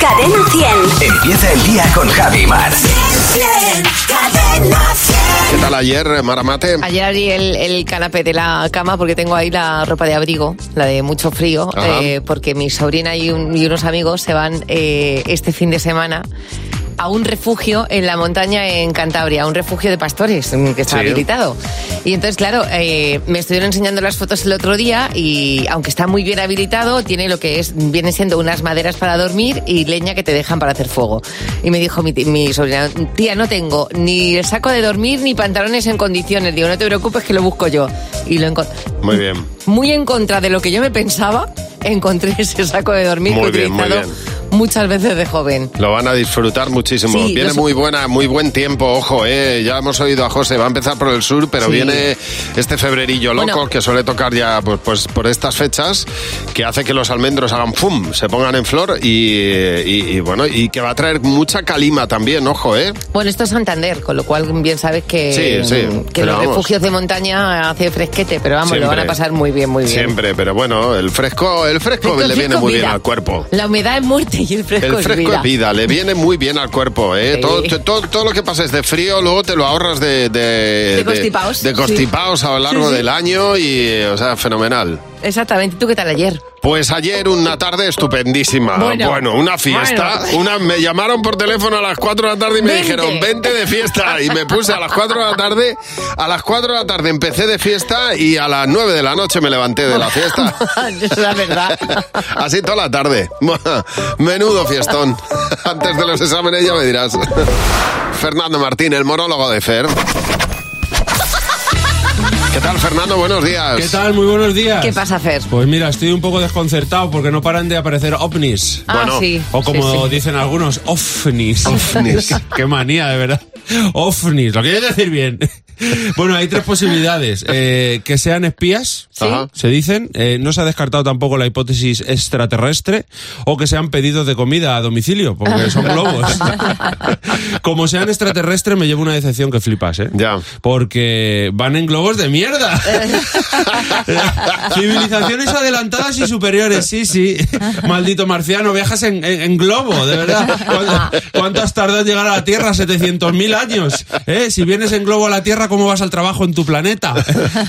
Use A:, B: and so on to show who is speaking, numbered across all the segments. A: Cadena 100.
B: Empieza el día con Javi Mar.
A: Cadena 100.
C: ¿Qué tal ayer, Maramate?
D: Ayer abrí el, el canapé de la cama porque tengo ahí la ropa de abrigo, la de mucho frío,
C: Ajá.
D: eh, porque mi sobrina y, un- y unos amigos se van eh, este fin de semana a un refugio en la montaña en Cantabria, un refugio de pastores mm, que está
C: Sí.
D: habilitado. Y entonces, claro, eh, me estuvieron enseñando las fotos el otro día y aunque está muy bien habilitado, tiene lo que es viene siendo unas maderas para dormir y leña que te dejan para hacer fuego. Y me dijo mi, ti- mi sobrina, tía, no tengo ni el saco de dormir ni pantalones en condiciones. Digo, no te preocupes que lo busco yo. Y lo encon-
C: Muy bien.
D: muy en contra de lo que yo me pensaba, encontré ese saco de dormir
C: Muy
D: que he
C: bien, muy
D: utilizado muchas veces de joven.
C: Lo van a disfrutar muchísimo.
D: Sí,
C: viene
D: los-
C: muy buena, muy buen tiempo, ojo, eh. Ya hemos oído a José, va a empezar por el sur, pero
D: Sí.
C: viene este febrerillo loco
D: Bueno.
C: que suele tocar ya pues, pues por estas fechas, que hace que los almendros hagan fum, se pongan en flor y, y- y, bueno, y que va a traer mucha calima también, ojo, eh.
D: Bueno, esto es Santander, con lo cual bien sabes que, mm,
C: Sí, sí,
D: que
C: pero
D: los
C: vamos.
D: refugios de montaña hace fresquete, pero vamos, lo van
C: Siempre.
D: a pasar muy bien, muy bien.
C: Siempre, pero bueno, el fresco, el fresco,
D: Fresco,
C: le viene
D: fresco,
C: muy bien
D: vida.
C: al cuerpo.
D: La humedad es muerte y el fresco,
C: El fresco
D: es
C: es
D: vida.
C: vida, le viene muy bien al cuerpo. ¿eh?
D: Sí.
C: Todo, todo, todo lo que pases de frío, luego te lo ahorras de... De, de-
D: constipaos.
C: de constipaos a lo largo del año y, o sea, fenomenal.
D: Exactamente. ¿Tú qué tal ayer?
C: Pues ayer una tarde estupendísima. Bueno,
D: Bueno.
C: una fiesta.
D: Bueno.
C: Una, me llamaron por teléfono a las 4 de la tarde y me
D: Vente.
C: dijeron, vente de fiesta. Y me puse a las 4 de la tarde, a las 4 de la tarde empecé de fiesta y a las 9 de la noche me levanté de la fiesta.
D: Es la verdad.
C: Así toda la tarde. Menudo fiestón. Antes de los exámenes ya me dirás. Fernando Martín, el monólogo de Fer. ¿Qué tal, Fernando? Buenos días.
E: ¿Qué tal? Muy buenos días.
D: ¿Qué pasa, Fer?
E: Pues mira, estoy un poco desconcertado porque no paran de aparecer ovnis.
C: Bueno,
D: ah, sí.
E: O como
D: sí, sí.
E: dicen algunos, ovnis.
C: Ovnis.
E: Qué manía, de verdad. Ovnis, lo quieres decir bien. Bueno, hay tres posibilidades. Eh, que sean espías,
D: Sí.
C: Ajá.
E: se dicen. Eh, no se ha descartado tampoco la hipótesis extraterrestre. O que sean pedidos de comida a domicilio, porque son globos. como sean extraterrestres, me llevo una decepción que flipas, ¿eh?
C: Ya.
E: Porque van en globos de mierda. Civilizaciones adelantadas y superiores, sí, sí. Maldito marciano, viajas en, en- en globo, de verdad. ¿Cuánto, cuánto has tardado en llegar a la Tierra? 700.000 años. ¿eh? Si vienes en globo a la Tierra, ¿cómo vas al trabajo en tu planeta?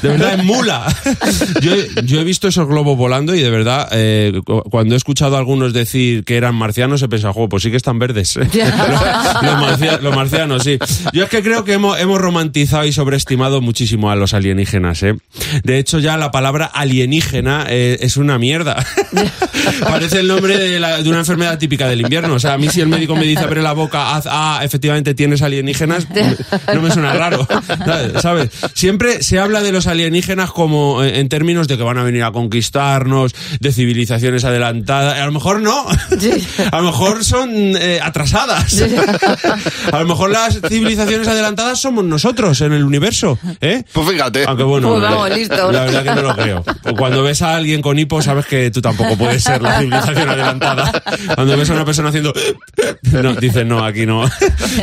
E: De verdad, en mula. Yo, yo he visto esos globos volando y de verdad, eh, cu- cuando he escuchado a algunos decir que eran marcianos, he pensado, "Jo, pues sí que están verdes. Los- los, marcia- los marcianos, sí. Yo es que creo que hemos, hemos romantizado y sobreestimado muchísimo a los alienígenas, ¿eh? De hecho, ya la palabra alienígena eh, es una mierda. Parece el nombre de, la- de una enfermedad típica del invierno. O sea, a mí si el médico me dice abre la boca, haz, ah, efectivamente tienes alienígenas, no me suena raro. ¿Sabes? Siempre se habla de los alienígenas como eh, en términos de que van a venir a conquistarnos, de civilizaciones adelantadas. A lo mejor no. A lo mejor son eh, atrasadas. A lo mejor las civilizaciones adelantadas somos nosotros en el universo. ¿eh?
C: Pues fíjate.
E: Aunque bueno,
D: Pues
E: la-
D: vamos, listo.
E: la verdad que no lo creo. O Cuando ves a alguien con hipo, sabes que tú tampoco puedes ser la civilización adelantada. Cuando ves a una persona haciendo... No, dices, no, aquí no.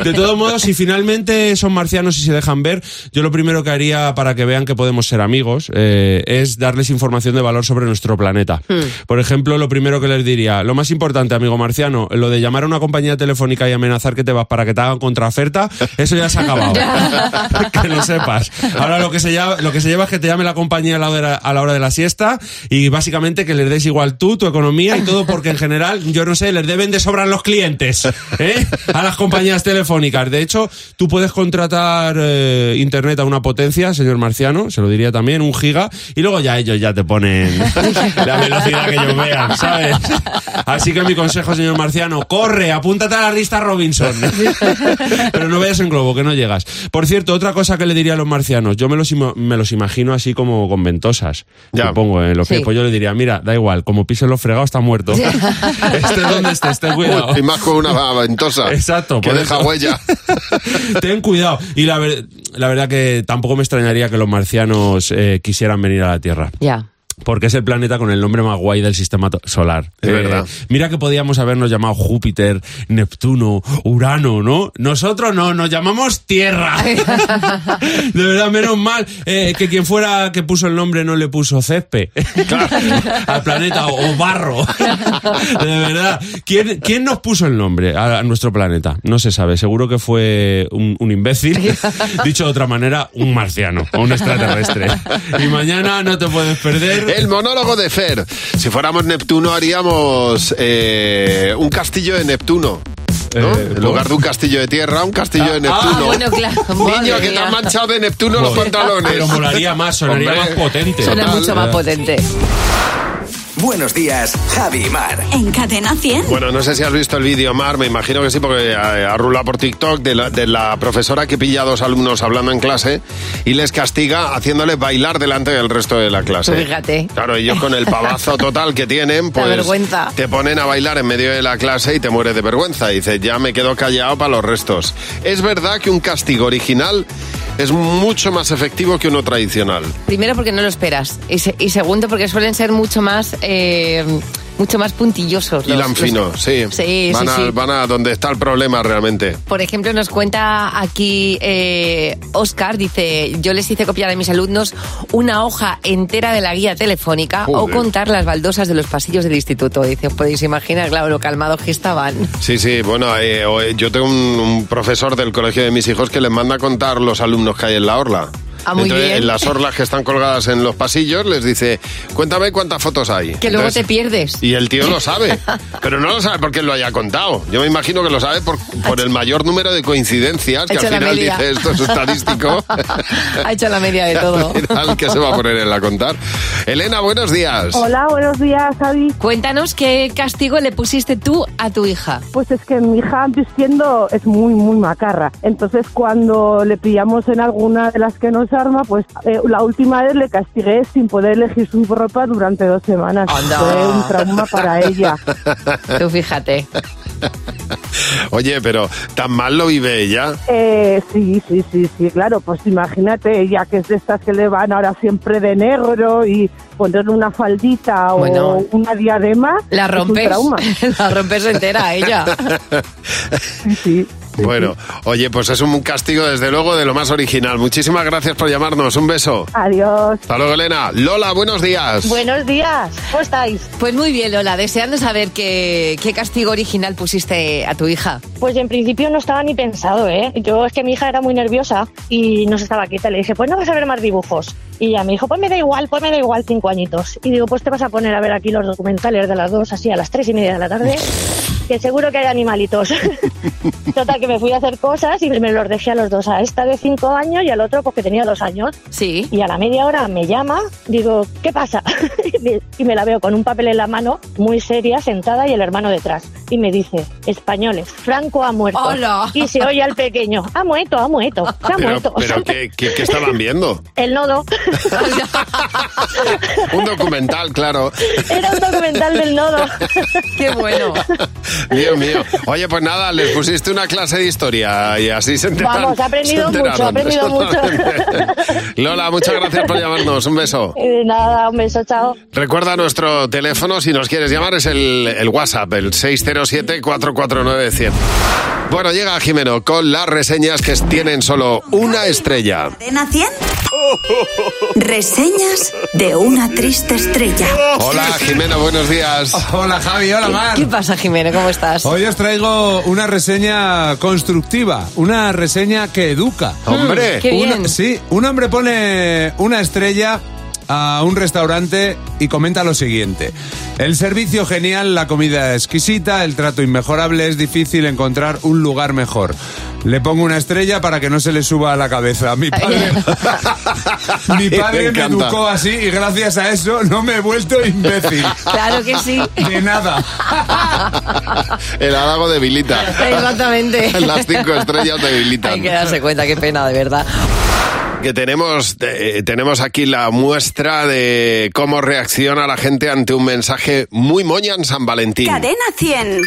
E: De todos modos, si finalmente son marcianos y se dejan ver, yo lo primero que haría para que vean que podemos ser amigos eh, es darles información de valor sobre nuestro planeta.
F: Hmm.
E: Por ejemplo, lo primero que les diría, lo más importante, amigo marciano, lo de llamar a una compañía telefónica y amenazar que te vas para que te hagan contraoferta, eso ya se ha acabado. que lo sepas. Ahora lo que se lleva, lo que se lleva es que te llame la compañía a la, hora, a la hora de la siesta y básicamente que les des igual tú, tu economía y todo porque en general, yo no sé, les deben de sobran los clientes ¿eh? a las compañías telefónicas. De hecho, tú puedes contratar eh, internet a una potencia, señor Marciano, se lo diría también, un giga, y luego ya ellos ya te ponen la velocidad que ellos vean, ¿sabes? Así que mi consejo, señor Marciano, corre, apúntate a la lista Robinson. Pero no vayas en globo, que no llegas. Por cierto, otra cosa que le diría a los marcianos, yo me los, ima- me los imagino así como con ventosas.
C: Ya.
E: Ya. pongo en los
D: Sí.
E: pies. Pues yo le diría, mira, da igual, como pisen los fregados está muerto. este es donde esté, esté cuidado.
C: Uy, y más con una ventosa.
E: Exacto,
C: Que
E: por
C: deja
E: eso.
C: huella.
E: Ten cuidado. Y la, ver- la verdad que tampoco me extrañaría que los marcianos eh, quisieran venir a la Tierra.
D: Ya.
E: porque es el planeta con el nombre más guay del sistema to- solar. Eh,
C: Es verdad.
E: Mira que podíamos habernos llamado Júpiter, Neptuno, Urano, ¿no? Nosotros no, nos llamamos Tierra. De verdad, menos mal eh, que quien fuera que puso el nombre no le puso césped al planeta o, o barro. De verdad. ¿Quién, quién nos puso el nombre a, a nuestro planeta? No se sabe. Seguro que fue un, un imbécil. Dicho de otra manera, un marciano o un extraterrestre. Y mañana no te puedes perder.
C: El monólogo de Fer. Si fuéramos Neptuno haríamos eh, un castillo de Neptuno. ¿no?
E: Eh,
C: en lugar de un castillo de tierra, un castillo de Neptuno.
D: Ah, bueno, claro.
C: Niño,
D: madre
C: que te
D: mía.
C: han manchado de Neptuno los
E: Joder.
C: pantalones.
E: Pero molaría más, sonaría
C: Hombre,
E: más potente.
D: Suena
C: Total.
D: mucho más potente.
B: Buenos días, Javi y Mar.
A: En Cadena 100.
C: Bueno, no sé si has visto el vídeo, Mar, me imagino que sí, porque eh, ha rulado por TikTok de la, de la profesora que pilla a dos alumnos hablando en clase y les castiga haciéndoles bailar delante del resto de la clase.
D: Fíjate.
C: Claro, ellos con el pavazo total que tienen, pues
D: vergüenza.
C: te ponen a bailar en medio de la clase y te mueres de vergüenza. Y dices, ya me quedo callado para los restos. Es verdad que un castigo original es mucho más efectivo que uno tradicional.
D: Primero porque no lo esperas. Y, se- y segundo porque suelen ser mucho más, eh, mucho más puntillosos. los-
C: Hilan fino,
D: los-
C: sí.
D: Sí,
C: van,
D: sí,
C: a,
D: sí.
C: van a donde está el problema realmente.
D: Por ejemplo, nos cuenta aquí eh, Oscar, dice, yo les hice copiar a mis alumnos una hoja entera de la guía telefónica o
C: Joder.
D: contar las baldosas de los pasillos del instituto. Dice, os podéis imaginar, claro, lo calmados que estaban.
C: Sí, sí, bueno, eh, o- eh, yo tengo un, un profesor del colegio de mis hijos que les manda a contar los alumnos que hay en la orla.
D: Ah, muy
C: Entonces,
D: bien.
C: En las orlas que están colgadas en los pasillos les dice, cuéntame cuántas fotos hay.
D: Que luego
C: Entonces,
D: te pierdes.
C: Y el tío lo sabe, pero no lo sabe porque lo haya contado. Yo me imagino que lo sabe por, por el mayor número de coincidencias que
D: Ha hecho
C: al
D: la
C: final
D: media.
C: dice, esto es estadístico.
D: ha hecho la media de todo.
C: Al final, ¿qué se va a poner él a contar? Elena, buenos días.
G: Hola, buenos días, Javi.
D: Cuéntanos qué castigo le pusiste tú a tu hija.
G: Pues es que mi hija, antes siendo, es muy, muy macarra. Entonces, cuando le pillamos en alguna de las que nos arma, pues eh, la última vez le castigué sin poder elegir su ropa durante dos semanas.
D: Anda.
G: Fue un trauma para ella.
D: Tú fíjate.
C: Oye, pero tan mal lo vive ella.
G: Eh, sí, sí, sí, sí, claro. Pues imagínate, ella que es de estas que le van ahora siempre de negro y ponerle una faldita
D: Bueno.
G: o una diadema.
D: La
G: es un
D: rompes.
G: trauma.
D: La rompes entera a ella.
G: Sí, sí.
C: Bueno, oye, pues es un castigo desde luego de lo más original. Muchísimas gracias por llamarnos. Un beso.
G: Adiós.
C: Hasta luego, Elena. Lola, buenos días.
H: Buenos días, ¿cómo estáis?
D: Pues muy bien, Lola, deseando saber qué, qué castigo original pusiste a tu hija.
H: Pues en principio no estaba ni pensado, ¿eh? Yo es que mi hija era muy nerviosa y no se estaba quieta. Le dije, pues no vas a ver más dibujos. Y ella me dijo, pues me da igual, pues me da igual cinco añitos. Y digo, pues te vas a poner a ver aquí los documentales de las dos, así a las tres y media de la tarde, que seguro que hay animalitos. Total, que me fui a hacer cosas y me los dejé a los dos, a esta de cinco años y al otro porque tenía dos años.
D: Sí.
H: Y a la media hora me llama, digo, ¿qué pasa? y me la veo con un papel en la mano, muy seria, sentada y el hermano detrás. Y me dice, españoles, Franco ha muerto.
D: Hola.
H: Y se oye al pequeño, ha muerto, ha muerto, se ha
C: Ah, Pero,
H: muerto.
C: pero ¿qué, qué, qué estaban viendo?
H: El nodo.
C: Un documental, claro.
H: Era un documental del nodo.
D: Qué bueno.
C: Mío, mío. Oye, pues nada, les pusiste una clase de historia y así se enteraron.
H: Vamos, he aprendido
C: se
H: mucho, he
C: enteraron.
H: aprendido
C: Lola, muchas gracias por llamarnos. Un beso.
H: Y de Eh, nada, un beso, chao.
C: Recuerda nuestro teléfono, si nos quieres llamar, es el, el WhatsApp, el 607-449-100. Bueno, llega Jimeno con las reseñas que tienen solo una estrella.
A: Cadena 100. Reseñas de una triste estrella.
C: Hola Jimeno, buenos días.
I: Hola Javi, hola Mar.
D: ¿Qué pasa, Jimeno? ¿Cómo estás?
I: Hoy os traigo una reseña constructiva, una reseña que educa.
C: Hombre,
D: Hmm, Qué
I: Una-
D: bien.
I: sí, un hombre pone una estrella a un restaurante y comenta lo siguiente. El servicio genial, la comida exquisita, el trato inmejorable, es difícil encontrar un lugar mejor. Le pongo una estrella para que no se le suba a la cabeza. Mi padre, mi
C: Me
I: padre me
C: encanta.
I: educó así y gracias a eso no me he vuelto imbécil.
D: Claro que sí.
I: De nada.
C: el halago debilita.
D: Exactamente.
C: Las cinco estrellas debilitan.
D: Hay que darse cuenta, qué pena, de verdad.
C: Que tenemos, eh, tenemos aquí la muestra de cómo reacciona la gente ante un mensaje muy moña en San Valentín.
A: Cadena 100.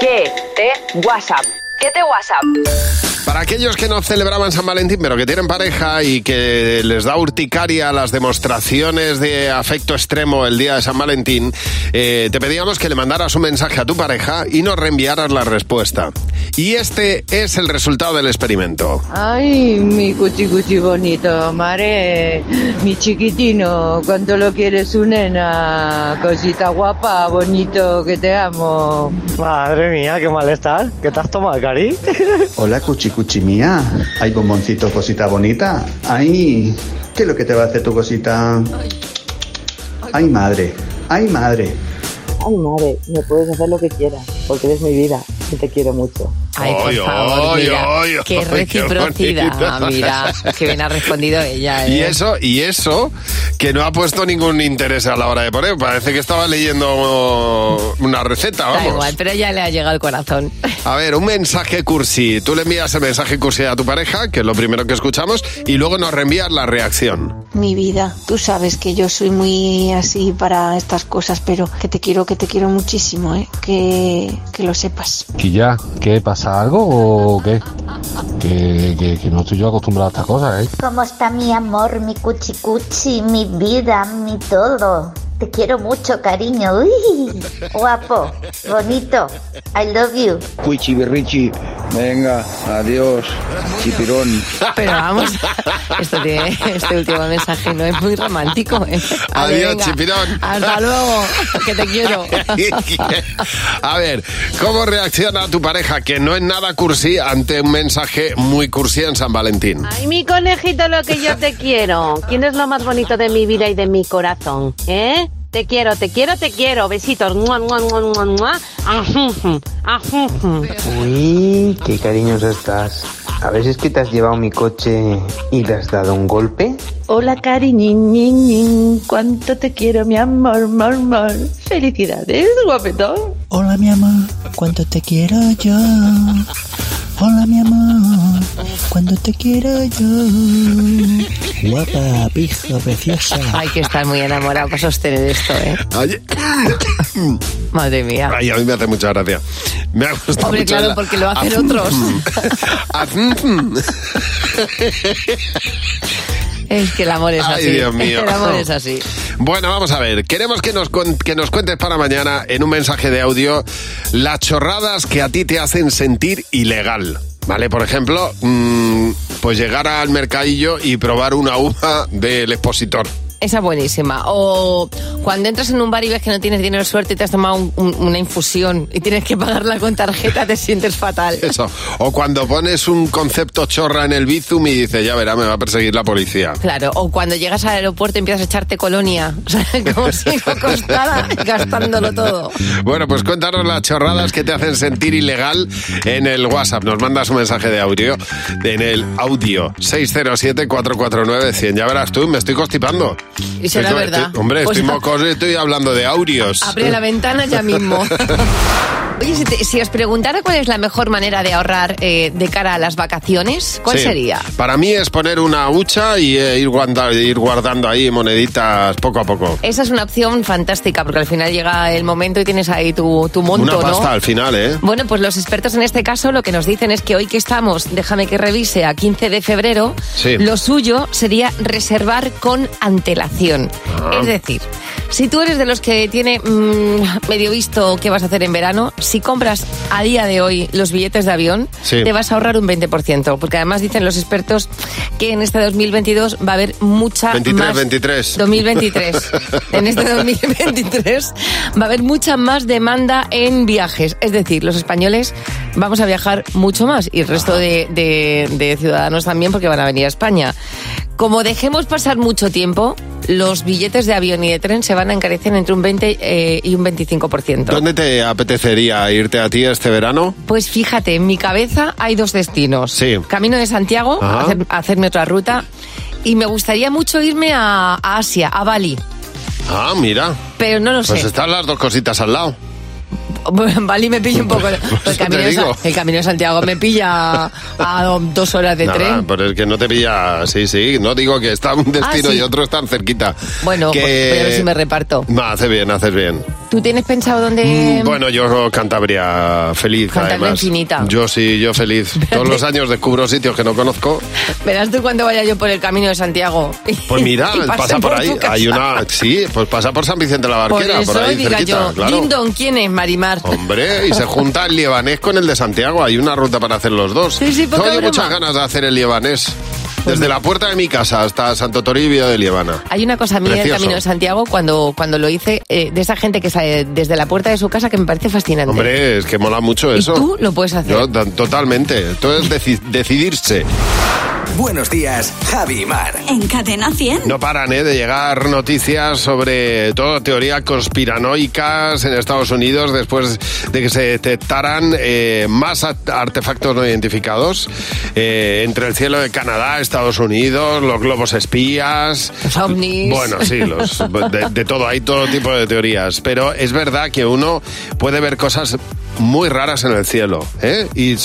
J: ¿Qué te WhatsApp? ¿Qué te WhatsApp?
C: Para aquellos que no celebraban San Valentín, pero que tienen pareja y que les da urticaria las demostraciones de afecto extremo el día de San Valentín, eh, te pedíamos que le mandaras un mensaje a tu pareja y nos reenviaras la respuesta. Y este es el resultado del experimento.
J: Ay, mi cuchi cuchi bonito, mare, mi chiquitino, cuánto lo quieres, su nena, cosita guapa, bonito, que te amo.
K: Madre mía, qué mal estás. ¿Qué te has tomado, Cari?
L: Hola, cuchi cuchi mía. ¿Hay bomboncito, cosita bonita? Ay, ¿qué es lo que te va a hacer tu cosita? Ay, madre. Ay, madre.
J: Ay, madre, me puedes hacer lo que quieras, porque eres mi vida y te quiero mucho.
D: Ay, por
C: Oy,
D: favor,
C: oy,
D: mira,
C: oy, oy,
D: qué
C: qué
D: reciprocidad,
C: bonito.
D: mira, qué bien ha respondido ella, ¿eh?
C: Y eso, y eso, que no ha puesto ningún interés a la hora de poner. Parece que estaba leyendo una receta,
D: Da
C: vamos.
D: igual, pero ya le ha llegado el corazón.
C: A ver, un mensaje cursi. Tú le envías el mensaje cursi a tu pareja, que es lo primero que escuchamos, y luego nos reenvías la reacción.
M: Mi vida, tú sabes que yo soy muy así para estas cosas, pero que te quiero, que te quiero muchísimo, ¿eh? que, que lo sepas.
N: ¿Y ya? ¿Qué pasa algo o qué? Que, que- que no estoy yo acostumbrado a estas cosas, ¿eh?
O: ¿Cómo está mi amor, mi cuchi cuchi, mi vida, mi todo? Te quiero mucho, cariño. Uy, guapo, bonito. I love you.
P: Cuichi Berrichi, venga, adiós, chipirón.
D: Pero vamos, esto tiene- este último mensaje no es muy romántico, ¿eh? A ver,
C: Adiós,
D: venga,
C: chipirón.
D: Hasta luego, que te quiero.
C: A ver, ¿cómo reacciona tu pareja, que no es nada cursi, ante un mensaje muy cursi en San Valentín?
Q: Ay, mi conejito, lo que yo te quiero. ¿Quién es lo más bonito de mi vida y de mi corazón? ¿Eh? Te quiero, te quiero, te quiero. Besitos. Mua, mua, mua, mua, mua. Ajujú, ajujú.
R: Uy, qué cariños estás. A veces que te has llevado mi coche y le has dado un golpe.
J: Hola, cari, ñin, ñin, ñin, cuánto te quiero, mi amor, mor, mor. Felicidades, guapetón.
S: Hola mi amor, cuánto te quiero yo. Hola mi amor, cuánto te quiero yo. Guapa, pija, preciosa.
D: Hay que estar muy enamorado para sostener esto, ¿eh?
C: Ay,
D: Madre mía.
C: ay, a mí me hace mucha gracia. Me ha gustado
D: Hombre,
C: mucho
D: claro,
C: la- Ah, mm.
D: porque lo hacen otros. Es que el amor es
C: Ay,
D: así.
C: Dios mío.
D: El amor es así.
C: Bueno, vamos a ver. Queremos que nos, cuen- que nos cuentes para mañana en un mensaje de audio las chorradas que a ti te hacen sentir ilegal. ¿Vale? Por ejemplo, mm, pues llegar al mercadillo y probar una uva del expositor.
D: Esa es buenísima. O cuando entras en un bar y ves que no tienes dinero suerte y te has tomado un- un- una infusión y tienes que pagarla con tarjeta, te sientes fatal.
C: Eso. O cuando pones un concepto chorra en el bizum y dices, ya verá, me va a perseguir la policía.
D: Claro, o cuando llegas al aeropuerto y empiezas a echarte colonia, o sea, como si no costara gastándolo todo.
C: Bueno, pues cuéntanos las chorradas que te hacen sentir ilegal en el WhatsApp. Nos mandas un mensaje de audio en el audio 607-449-100. Ya verás tú, me estoy constipando.
D: Y será
C: Estoy-
D: verdad.
C: estoy- hombre,
D: Pues
C: estoy
D: no.
C: mocoso y estoy hablando de audios.
D: Abre la ventana ya mismo. Oye, si, te- si os preguntara cuál es la mejor manera de ahorrar eh, de cara a las vacaciones, ¿cuál
C: Sí.
D: sería?
C: Para mí es poner una hucha y eh, ir, guarda- ir guardando ahí moneditas poco a poco.
D: Esa es una opción fantástica porque al final llega el momento y tienes ahí tu, tu monto,
C: una
D: ¿no?
C: pasta al final, ¿eh?
D: Bueno, pues los expertos en este caso lo que nos dicen es que hoy que estamos, déjame que revise, a 15 de febrero,
C: Sí.
D: lo suyo sería reservar con antelación.
C: Ah.
D: Es decir, si tú eres de los que tiene mm, medio visto qué vas a hacer en verano, si compras a día de hoy los billetes de avión,
T: Sí.
D: te vas a ahorrar un 20%, porque además dicen los expertos que en este 2022 va a haber mucha
C: 23,
D: más...
C: 23.
D: 2023. En este 2023 va a haber mucha más demanda en viajes. Es decir, los españoles vamos a viajar mucho más y el resto de, de- de ciudadanos también porque van a venir a España. Como dejemos pasar mucho tiempo, los billetes de avión y de tren se van a encarecer entre un 20 eh, y un 25%.
C: ¿Dónde te apetecería irte a ti este verano?
D: Pues fíjate, en mi cabeza hay dos destinos. Camino de Santiago,
C: Ajá.
D: hacer- hacerme otra ruta. Y me gustaría mucho irme a, a Asia, a Bali.
C: Ah, mira.
D: Pero no lo
C: Pues
D: sé.
C: están las dos cositas al lado.
D: Bueno, Bali me pilla un poco. El camino,
C: te
D: de Sa-
C: digo.
D: el camino de Santiago me pilla a, a dos horas de
C: Nada,
D: tren. Ah,
C: pero es que no te pilla. Sí, sí. No digo que está un destino
D: sí.
C: y otro están cerquita.
D: Bueno,
C: Que-
D: voy a ver si me reparto.
C: No, haces bien, haces bien.
D: ¿Tú tienes pensado dónde...?
C: Mm,
D: em,
C: Bueno, yo Cantabria feliz,
D: Eh, Cantabria
C: además.
D: infinita.
C: Yo sí, yo feliz. Todos los años descubro sitios que no conozco.
D: Verás tú cuando vaya yo por el camino de Santiago.
C: Pues mira,
D: Y pase
C: pasa por,
D: por
C: ahí.
D: tu casa.
C: Hay una, sí, pues pasa por San Vicente de la
D: Por
C: Barquera, por,
D: eso
C: ahí
D: diga
C: cerquita,
D: yo,
C: claro.
D: Dindon, ¿quién es Marimar?
C: Hombre, y se junta el liebanés con el de Santiago. Hay una ruta para hacer los dos.
D: Sí, sí, poca
C: Tengo yo
D: broma.
C: muchas ganas de hacer el liebanés.
D: Pues
C: Desde la puerta de mi casa hasta Santo Toribio de Liebana.
D: Hay una cosa mía del
C: Precioso.
D: Camino de Santiago cuando, cuando lo hice, eh, de esa gente que sale desde la puerta de su casa que me parece fascinante.
C: Hombre, es que mola mucho
D: y
C: eso.
D: tú lo puedes hacer.
C: Yo, tan- totalmente. Todo es deci- decidirse.
B: Buenos días, Javi y Mar.
A: En Cadena 100.
C: No paran ¿eh? de llegar noticias sobre todo teorías conspiranoicas en Estados Unidos después de que se detectaran eh, más at- artefactos no identificados eh, entre el cielo de Canadá, Estados Unidos, los globos espías.
D: Los ovnis.
C: Bueno, sí, los, de, de todo, hay todo tipo de teorías. Pero es verdad que uno puede ver cosas muy raras en el cielo ¿eh? y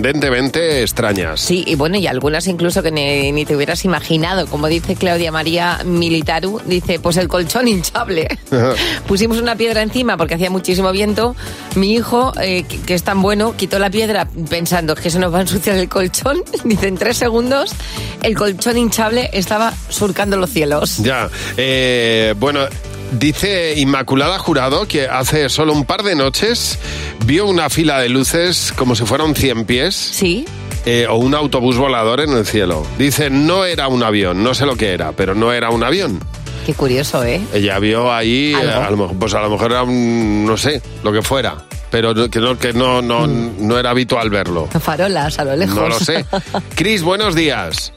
C: sorprendentemente extrañas.
D: Sí, y bueno, y algunas incluso que ni, ni te hubieras imaginado. Como dice Claudia María Militaru, dice, pues el colchón hinchable. Pusimos una piedra encima porque hacía muchísimo viento. Mi hijo, eh, que, que es tan bueno, quitó la piedra pensando que se nos va a ensuciar el colchón. Dice, en tres segundos, el colchón hinchable estaba surcando los cielos.
C: Ya, eh, bueno, dice Inmaculada Jurado que hace solo un par de noches vio una fila de luces como si fueran 100 pies.
D: Sí.
C: eh, o un autobús volador en el cielo. Dice, no era un avión, no sé lo que era, pero no era un avión.
D: Qué curioso, ¿eh?
C: Ella vio ahí, eh,
D: Algo.
C: a lo mejor- pues a lo mejor era un, no sé, lo que fuera, pero no- que no, que no, no, no era habitual verlo.
D: Farolas a lo lejos.
C: No lo sé. Cris, buenos días.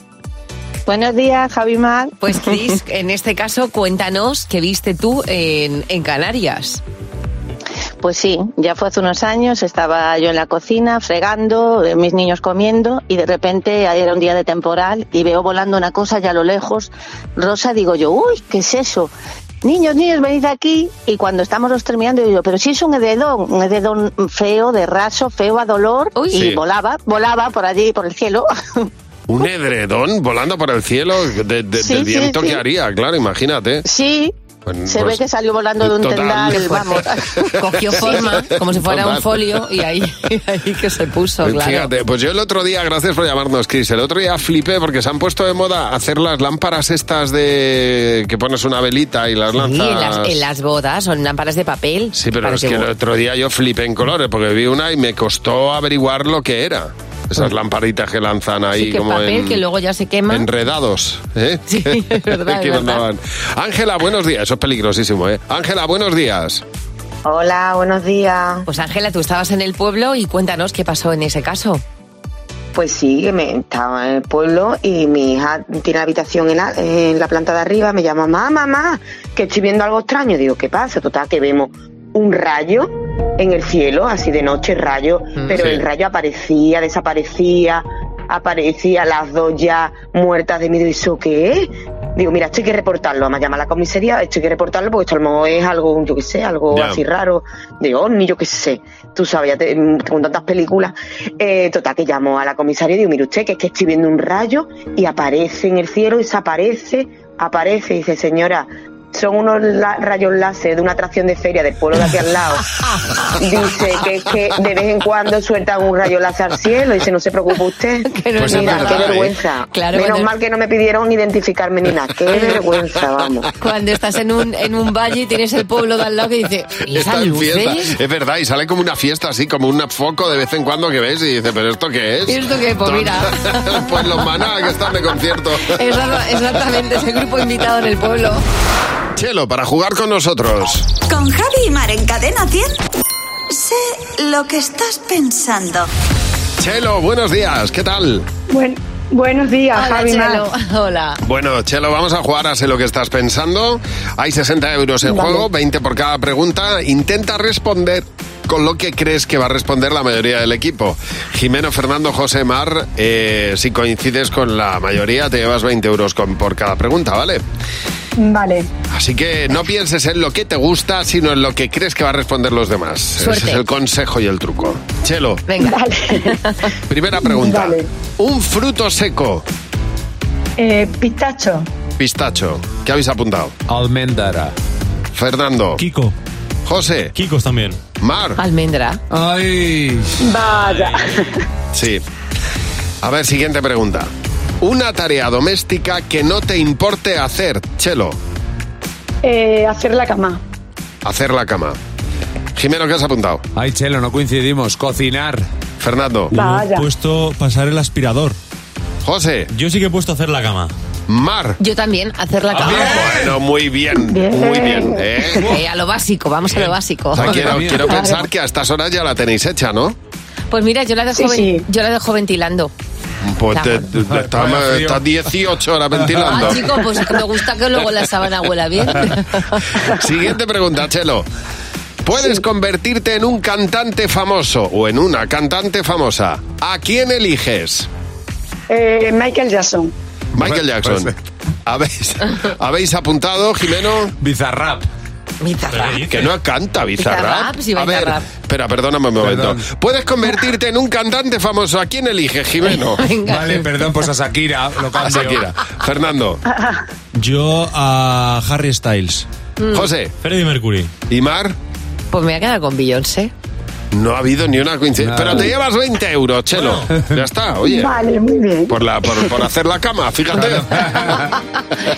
D: Buenos días, Javi Mar. Pues Cris, en este caso, cuéntanos qué viste tú en, en Canarias.
T: Pues sí, ya fue hace unos años, estaba yo en la cocina fregando, eh, mis niños comiendo y de repente ahí era un día de temporal y veo volando una cosa ya a lo lejos, rosa, digo yo, uy, ¿qué es eso? Niños, niños, venid aquí y cuando estamos los terminando digo yo, pero si es un edredón, un edredón feo, de raso, feo a dolor y
C: Sí.
T: volaba, volaba por allí, por el cielo.
C: Un edredón volando por el cielo de- de-
T: Sí,
C: del
T: sí,
C: viento
T: sí.
C: que haría, claro, imagínate.
T: sí,
C: Pues-
T: se
C: pues-
T: ve que salió volando de un
C: total.
T: tendal, vamos.
D: Cogió forma, como si fuera
C: Total.
D: un folio, y ahí, ahí que se puso, claro.
C: Fíjate, pues yo el otro día, gracias por llamarnos, Chris, el otro día flipé porque se han puesto de moda hacer las lámparas estas de que pones una velita y las
D: Sí, en
C: lanzas.
D: las, en las bodas son lámparas de papel.
C: Sí, pero
D: Para
C: es que, el otro día yo flipé en colores porque vi una y me costó averiguar lo que era. Esas lamparitas que lanzan ahí
D: Pues Sí, que
C: como
D: papel
C: en-
D: que luego ya se quema.
C: enredados. ¿eh?
D: verdad,
C: Que
D: es verdad.
C: mandaban. Ángela, buenos días. Eso es peligrosísimo, ¿eh? Ángela, buenos días.
U: Hola, buenos días.
D: Pues Ángela, tú estabas en el pueblo y cuéntanos qué pasó en ese caso.
U: Pues sí, que me estaba en el pueblo y mi hija tiene habitación en la, en la planta de arriba. Me llama, mamá, mamá, que estoy viendo algo extraño. Digo, ¿qué pasa? Total, que vemos un rayo en el cielo, así de noche, rayo. pero
V: sí.
U: el rayo aparecía, desaparecía, aparecía, las dos ya muertas de miedo. ¿Y eso qué es? Digo, mira, esto hay que reportarlo. Me llama a la comisaría, esto hay que reportarlo porque esto a lo mejor es algo, yo qué sé, algo
F: Ya.
U: así raro, de ovni, yo qué sé. Tú sabes, ya te- mm, con tantas películas. Eh, total, que llamo a la comisaria y digo, mire usted, que es que estoy viendo un rayo y aparece en el cielo, desaparece, aparece. Y dice, señora, son unos la- rayos láser de una atracción de feria del pueblo de aquí al lado. Dice que es que de vez en cuando sueltan un rayo láser al cielo. Dice, no se preocupe usted.
D: no Pues es
U: Mira,
D: verdad,
U: qué
D: ¿eh?
U: vergüenza.
D: Claro,
U: Menos
D: bueno.
U: mal que no me pidieron identificarme ni nada. Qué vergüenza, vamos.
D: Cuando estás en un, en un valle y tienes el pueblo de al lado que dice, ¿y
C: Está
D: esas
C: en fiesta.
D: luces?
C: Es verdad, y sale como una fiesta así, como un foco de vez en cuando que ves y dices, ¿pero esto qué es?
D: ¿Y esto qué? Pues mira.
C: pues los maná que están de concierto.
D: Exacta- Exactamente, ese grupo invitado en el pueblo.
C: Chelo, para jugar con nosotros.
A: Con Javi y Mar en Cadena 100. Sé lo que estás pensando.
C: Chelo, buenos días, ¿qué tal?
W: buenos días,
D: Hola,
W: Javi Mar.
D: Chelo. Hola.
C: Bueno, Chelo, vamos a jugar a Sé lo que estás pensando. Hay 60 euros en juego, 20 por cada pregunta. Intenta responder con lo que crees que va a responder la mayoría del equipo. Jimeno, Fernando, José, Mar, eh, si coincides con la mayoría, te llevas 20 euros con- por cada pregunta, ¿vale?
W: Vale.
C: Así que no pienses en lo que te gusta, sino en lo que crees que va a responder los demás.
W: Suerte.
C: Ese es el consejo y el truco. Chelo,
D: Venga.
C: primera pregunta. Un fruto seco,
W: Eh, pistacho.
C: pistacho. ¿Qué habéis apuntado?
I: Almendara.
C: Fernando.
E: Kiko.
C: José.
E: Kikos también.
C: Mar.
D: Almendra.
I: Ay.
H: Vaya.
C: Sí. A ver, siguiente pregunta. Una tarea doméstica que no te importe hacer, Chelo.
W: Eh, hacer la cama.
D: Ah,
C: Hacer la cama. Jimeno, ¿qué has apuntado?
I: Ay, Chelo, no coincidimos. Cocinar.
C: Fernando.
E: Yo he puesto pasar el aspirador.
C: José.
E: Yo sí que he puesto hacer la cama.
C: Mar.
D: Yo también, hacer la cama.
C: Bueno, muy bien, muy bien. ¿eh?
D: Eh, a lo básico, vamos a lo básico.
C: O sea, quiero, quiero pensar que a estas horas ya la tenéis hecha, ¿no?
D: Pues mira, yo la dejo,
W: Sí,
D: ven- yo la dejo ventilando.
C: Pues
D: Claro.
C: te- te- te- estás estás 18 horas ventilando.
D: Ah, chico, pues me gusta que luego la sábana huela bien.
C: Siguiente pregunta, Chelo. Puedes convertirte en un cantante famoso o en una cantante famosa. ¿A quién eliges?
W: Eh, Michael Jackson.
C: Michael Jackson. ¿Habéis, ¿habéis apuntado, Jimeno?
I: Bizarrap.
D: Bizarrap.
C: Que no canta
D: Bizarrap,
C: Bizarrap.
D: sí,
C: A ver,
D: Bizarrap.
C: espera, perdóname un momento. Puedes convertirte en un cantante famoso. ¿A quién eliges, Jimeno?
D: Venga.
I: Vale, perdón, pues a Shakira. Lo
C: A
I: cambio.
C: Shakira. Fernando.
E: Yo a Harry Styles.
D: Mm.
C: José.
E: Freddie Mercury.
C: ¿Y Mar?
D: Pues me voy a quedar con Beyoncé.
C: No ha habido ni una coincidencia.
I: Nada.
C: Pero te llevas 20 euros, Chelo. Ya está, Ah, oye.
W: Vale, muy bien.
C: Por, la, por, por hacer la cama, fíjate.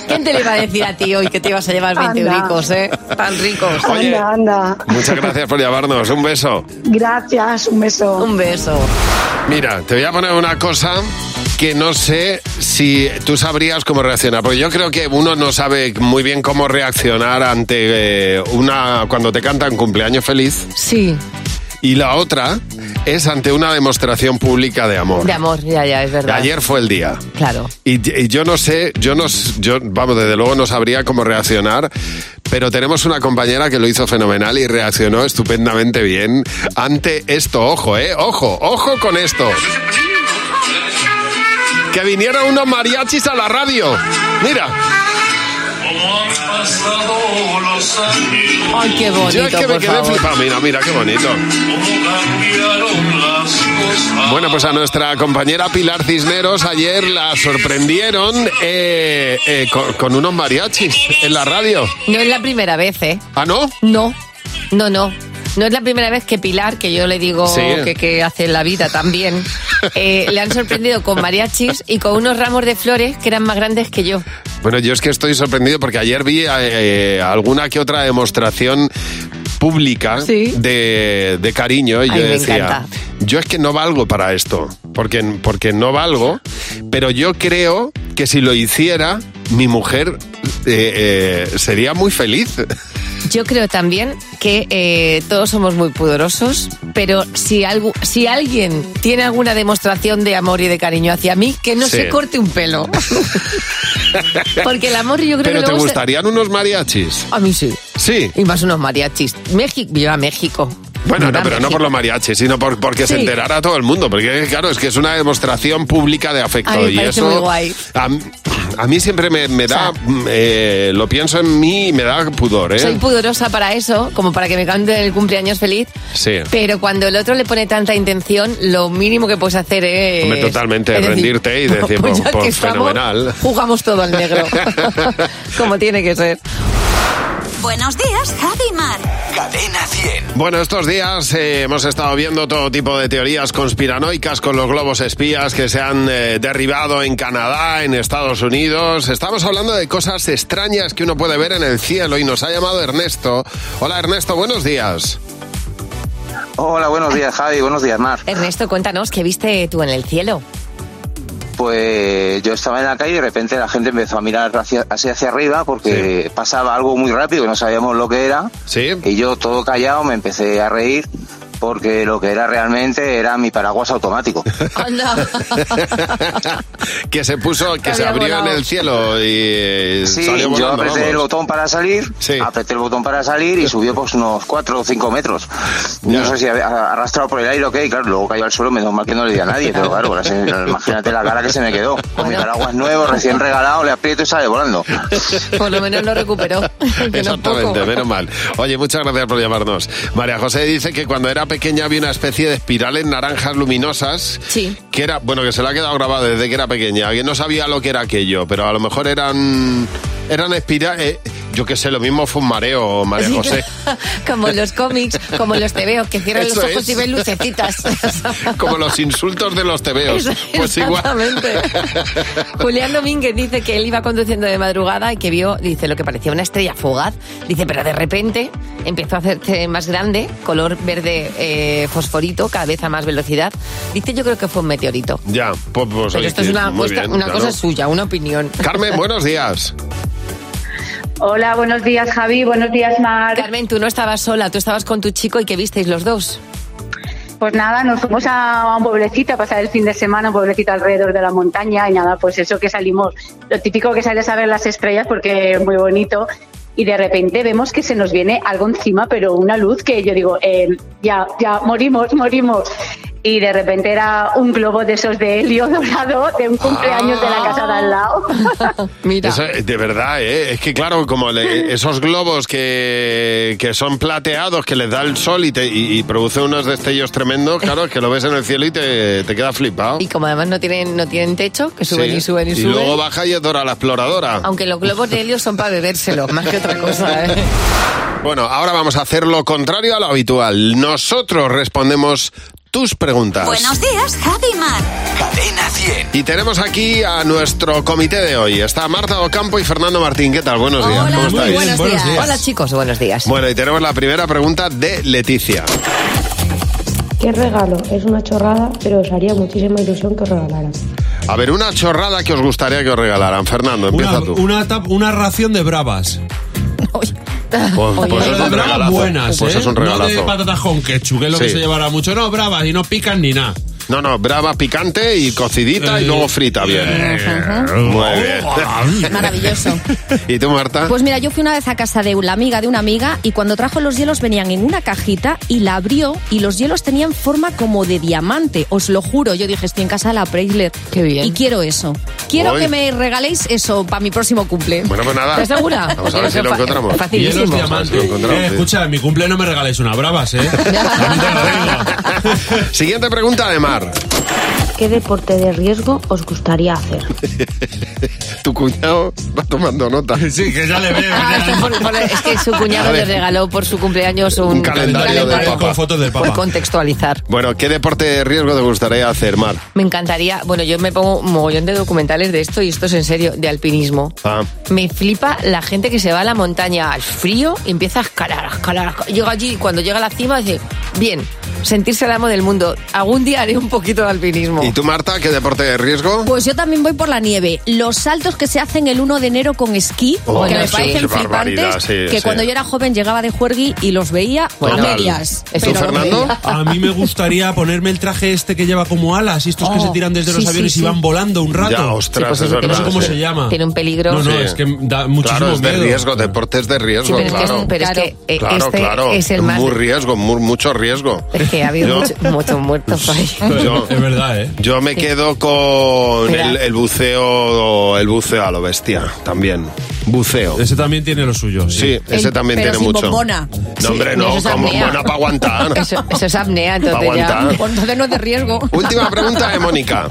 D: ¿Quién te le iba a decir a ti hoy que te ibas a llevar 20
W: Anda.
D: euricos, eh? Tan ricos.
C: Oye.
W: Anda, anda.
C: Muchas gracias por llamarnos. Un beso.
W: Gracias, un beso.
D: Un beso.
C: Mira, te voy a poner una cosa que no sé si tú sabrías cómo reaccionar, porque yo creo que uno no sabe muy bien cómo reaccionar ante eh, una cuando te cantan cumpleaños feliz.
D: Sí.
C: Y la otra es ante una demostración pública de amor.
D: De amor, ya, ya, es verdad.
C: Ayer fue el día.
D: Claro.
C: Y, y yo no sé, yo no, s- yo, vamos, desde luego no sabría cómo reaccionar, pero tenemos una compañera que lo hizo fenomenal y reaccionó estupendamente bien ante esto. Ojo, eh, ojo, ojo con esto. Que vinieron unos mariachis a la radio. Mira,
D: Ay, qué bonito.
C: yo es que me
D: por
C: quedé
D: favor.
C: flipado. Mira, mira, qué bonito. Bueno, pues a nuestra compañera Pilar Cisneros ayer la sorprendieron eh, eh, con, con unos mariachis en la radio.
D: No es la primera vez, ¿eh?
C: ¿Ah, no?
D: No, no, no. No es la primera vez que Pilar, que yo le digo
C: Sí.
D: que, que hace en la vida también, eh, le han sorprendido con mariachis y con unos ramos de flores que eran más grandes que yo.
C: Bueno, yo es que estoy sorprendido porque ayer vi eh, alguna que otra demostración pública de, de cariño y
D: Ay,
C: yo
D: me
C: decía,
D: encanta.
C: yo es que no valgo para esto, porque, porque no valgo, pero yo creo que si lo hiciera, mi mujer eh, eh, sería muy feliz.
D: Yo creo también que eh, todos somos muy pudorosos, pero si, algo, si alguien tiene alguna demostración de amor y de cariño hacia mí, que no
C: Sí.
D: se corte un pelo. Porque el amor yo creo
C: Pero
D: que
C: ¿te
D: luego se-
C: gustarían unos mariachis?
D: A mí sí.
C: Sí.
D: Y más unos mariachis. México, viva México.
C: Bueno,
D: Viva
C: no, pero no
D: México.
C: por los mariachis, sino por, porque se
D: Sí.
C: enterara todo el mundo. Porque, claro, es que es una demostración pública de afecto.
D: Ay, me
C: y
D: parece
C: eso.
D: muy guay.
C: A, m- a mí siempre me, me da. mm, eh, lo pienso en mí y me da pudor, ¿eh?
D: Soy pudorosa para eso, como para que me canten el cumpleaños feliz.
C: Sí.
D: Pero cuando el otro le pone tanta intención, lo mínimo que puedes hacer es.
C: Hombre, totalmente,
D: es decir,
C: rendirte y
D: pues
C: decir, pues,
D: ya que
C: pues,
D: estamos,
C: fenomenal.
D: Jugamos todo al negro. como tiene que ser.
A: Buenos días, Javi Mar. Cadena 100.
C: Bueno, estos días eh, hemos estado viendo todo tipo de teorías conspiranoicas con los globos espías que se han eh, derribado en Canadá, en Estados Unidos. Estamos hablando de cosas extrañas que uno puede ver en el cielo y nos ha llamado Ernesto. Hola Ernesto, buenos días.
G: Hola, buenos días, Javi. Buenos días, Mar.
D: Ernesto, cuéntanos, ¿qué viste tú en el cielo?
G: Pues yo estaba en la calle y de repente la gente empezó a mirar hacia, así hacia arriba porque pasaba algo muy rápido que no sabíamos lo que era. Y yo todo callado me empecé a reír porque lo que era realmente era mi paraguas automático.
C: que se puso, que se
G: había
C: abrió
G: volado.
C: en el cielo y eh,
G: Sí,
C: salió
G: yo
C: volando.
G: apreté el
C: vamos.
G: botón para salir, apreté el botón para salir y subió pues unos 4 o 5 metros. No sé si había arrastrado por el aire o qué, y claro, luego cayó al suelo, menos mal que no le di a nadie, pero claro, ahora se- imagínate la cara que se me quedó. Con mi paraguas nuevo, recién regalado, le aprieto y sale volando.
D: Por lo menos lo recuperó. que no es poco.
C: Exactamente, menos mal. Oye, muchas gracias por llamarnos. María José dice que cuando era pequeña había una especie de espirales naranjas luminosas.
D: Sí.
C: Que era, bueno, que se le ha quedado grabado desde que era pequeña, que no sabía lo que era aquello, pero a lo mejor eran. Eran espirales. eh, yo qué sé, lo mismo fue un mareo, María
D: Así que-
C: José.
D: como en los cómics, como en los tebeos, que cierran los
C: Eso
D: ojos
C: es.
D: y ven lucecitas.
C: Como los insultos de los tebeos.
D: Eso-
C: Pues igual.
D: Exactamente. Julián Domínguez dice que él iba conduciendo de madrugada y que vio, dice, lo que parecía una estrella fugaz. Dice, pero de repente empezó a hacerse más grande, color verde eh, fosforito, cada vez a más velocidad. Dice, yo creo que fue un meteorito.
C: Ya, pues, pues
D: pero
C: oye,
D: esto es una,
C: muy
D: cuesta-
C: bien,
D: una
C: ya
D: cosa
C: no.
D: suya, una opinión.
C: Carmen, buenos días.
D: Hola, buenos días Javi, buenos días Mar. Carmen, tú no estabas sola, tú estabas con tu chico y que visteis los dos.
W: Pues nada, nos fuimos a, a un pueblecito a pasar el fin de semana, un pueblecito alrededor de la montaña y nada, pues eso que salimos, lo típico que sales a ver las estrellas porque es muy bonito y de repente vemos que se nos viene algo encima, pero una luz que yo digo, eh, ya, ya, morimos, morimos. Y de repente era un globo de esos de helio dorado de un cumpleaños de la casa de al lado.
C: Eso, eh, de verdad, ¿eh? es que claro, como le- esos globos que, que son plateados, que les da el sol y, te, y, y produce unos destellos tremendos, claro, es que lo ves en el cielo y te, te queda flipado.
D: Y como además no tienen, no tienen techo, que suben
C: Sí.
D: y suben y,
C: Y
D: suben.
C: luego baja y es Dora la exploradora.
D: Aunque los globos de helio son para bebérselo, más que otra cosa. ¿eh?
C: Bueno, ahora vamos a hacer lo contrario a lo habitual. Nosotros respondemos tus preguntas.
A: Buenos días, Javi y Mar. Cadena 100.
C: Y tenemos aquí a nuestro comité de hoy. Está Marta Ocampo y Fernando Martín. ¿Qué tal? Buenos días. ¿Cómo estáis?
D: Hola chicos, buenos días.
C: Bueno, y tenemos la primera pregunta de Leticia.
K: ¿Qué regalo? Es una chorrada, pero os haría muchísima ilusión que os regalaran.
C: A ver, una chorrada que os gustaría que os regalaran. Fernando, empieza tú.
E: Una, tap- una ración de bravas.
C: Pues, pues
E: Pero
C: es
E: de
C: un
E: bravas
C: regalazo.
E: buenas,
C: Pues
E: ¿eh?
C: es un
E: No de
C: regalazo.
E: patatas con ketchup, que es lo que
C: Sí.
E: se llevará mucho. No, bravas y no pican ni nada.
C: No, no, brava picante y cocidita
E: Eh,
C: y luego frita bien. Muy
E: oh, ah,
C: bien.
V: Maravilloso.
C: ¿Y tú, Marta?
V: Pues mira, yo fui una vez a casa de la amiga de una amiga y cuando trajo los hielos venían en una cajita y la abrió y los hielos tenían forma como de diamante. Os lo juro, yo dije, estoy en casa de la Preisler. Qué bien. Y quiero eso. Quiero
C: Uy.
V: que me regaléis eso para mi próximo cumple.
C: Bueno, pues nada.
V: ¿Estás
J: Ah,
V: segura?
C: Vamos a ver si lo encontramos.
E: Hielos
V: Facilísimo.
E: diamantes.
C: Lo encontramos,
E: Eh,
C: sí.
E: escucha, en mi cumple no me regaláis una bravas, ¿eh?
C: Siguiente pregunta de Mar.
K: ¿Qué deporte de riesgo os gustaría hacer?
C: Tu cuñado va tomando nota.
E: Sí, que ya le veo.
D: Ah, esto por- por- es que su
C: A
D: cuñado le
C: ver.
D: regaló por su cumpleaños un,
C: Un calendario del Papa. Con fotos del Papa.
D: Por contextualizar.
C: Bueno, ¿qué deporte de riesgo te gustaría hacer, Mar?
D: Me encantaría, bueno, yo me pongo un mogollón de documentales de esto y esto es en serio, de alpinismo.
C: Ah,
D: Me flipa la gente que se va a la montaña al frío y empieza a escalar, a escalar. a escalar. Llega allí y cuando llega a la cima dice, bien, sentirse el amo del mundo. Algún día haré un poquito de alpinismo.
C: ¿Y tú, Marta, qué deporte de riesgo?
V: Pues yo también voy por la nieve. Los saltos que se hacen el 1 de enero con esquí,
C: Oh,
V: que me
C: sí,
V: parecen
C: qué barbaridad,
V: flipantes,
C: sí,
V: que
C: sí.
V: cuando yo era joven llegaba de juergui y los veía
C: Pues
V: a
E: Total.
V: medias.
E: ¿Tú,
V: Pero los veía.
E: A mí me gustaría ponerme el traje este que lleva como alas y estos que
V: Oh,
E: se tiran desde
V: sí,
E: los
V: sí,
E: aviones
V: sí.
E: y van volando un rato.
C: Ya, ostras, Sí, pues es eso
E: no
C: verdad,
E: sé cómo
C: sí.
E: se llama.
D: Tiene un peligro.
E: No, no,
C: Sí.
E: es que da muchísimo
C: Claro, es de
E: miedo.
C: riesgo, deportes de
D: Sí,
C: riesgo,
D: pero, es
C: claro.
D: que, pero es que, eh,
C: Claro,
D: este
C: claro.
D: es el más...
C: Muy riesgo, mu- mucho riesgo.
D: Es que ha habido
C: Yo-
D: mucho- muchos muertos por ahí.
C: Yo, es verdad, ¿eh? Yo me quedo con el, el buceo, el buceo a lo bestia, también. Buceo.
E: Ese también tiene lo suyo.
C: Sí, ese también
V: pero
C: tiene
V: sin
C: mucho.
V: bombona.
C: No, hombre,
V: Sí,
C: no,
V: eso es
C: con
V: apnea.
C: bombona para aguantar.
D: Eso, eso es apnea, entonces ya...
C: aguantar.
V: Entonces no es de riesgo.
C: Última pregunta de Mónica.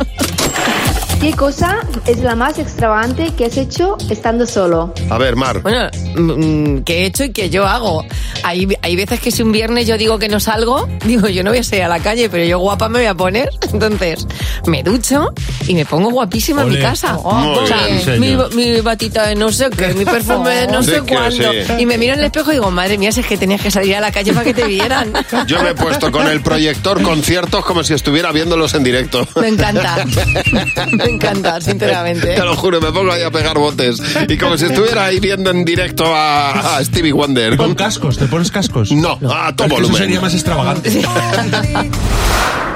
K: ¿Qué cosa es la más extravagante que has hecho estando solo?
C: A ver, Mar.
D: Bueno, mm, que he hecho y que yo hago. Hay, hay veces que si un viernes yo digo que no salgo, digo yo no voy a salir a la calle, pero yo guapa me voy a poner. Entonces me ducho y me pongo guapísima en mi
V: Ole.
D: casa.
V: Muy
D: o sea,
V: bien,
D: mi,
V: señor.
D: mi batita de no sé qué, mi perfume de no
C: Sí
D: sé
C: que
D: cuándo.
C: sí.
D: Y me miro en el espejo y digo, madre mía, si es que tenías que salir a la calle para que te vieran.
C: Yo me he puesto con el proyector conciertos como si estuviera viéndolos en directo.
D: Me encanta. Me encanta, sinceramente.
C: Te lo juro, me pongo ahí a pegar botes. Y como si estuviera ahí viendo en directo a, a Stevie Wonder.
E: Con cascos, ¿te pones cascos?
C: No, a todo
E: Es que Eso
C: volumen.
E: sería más extravagante.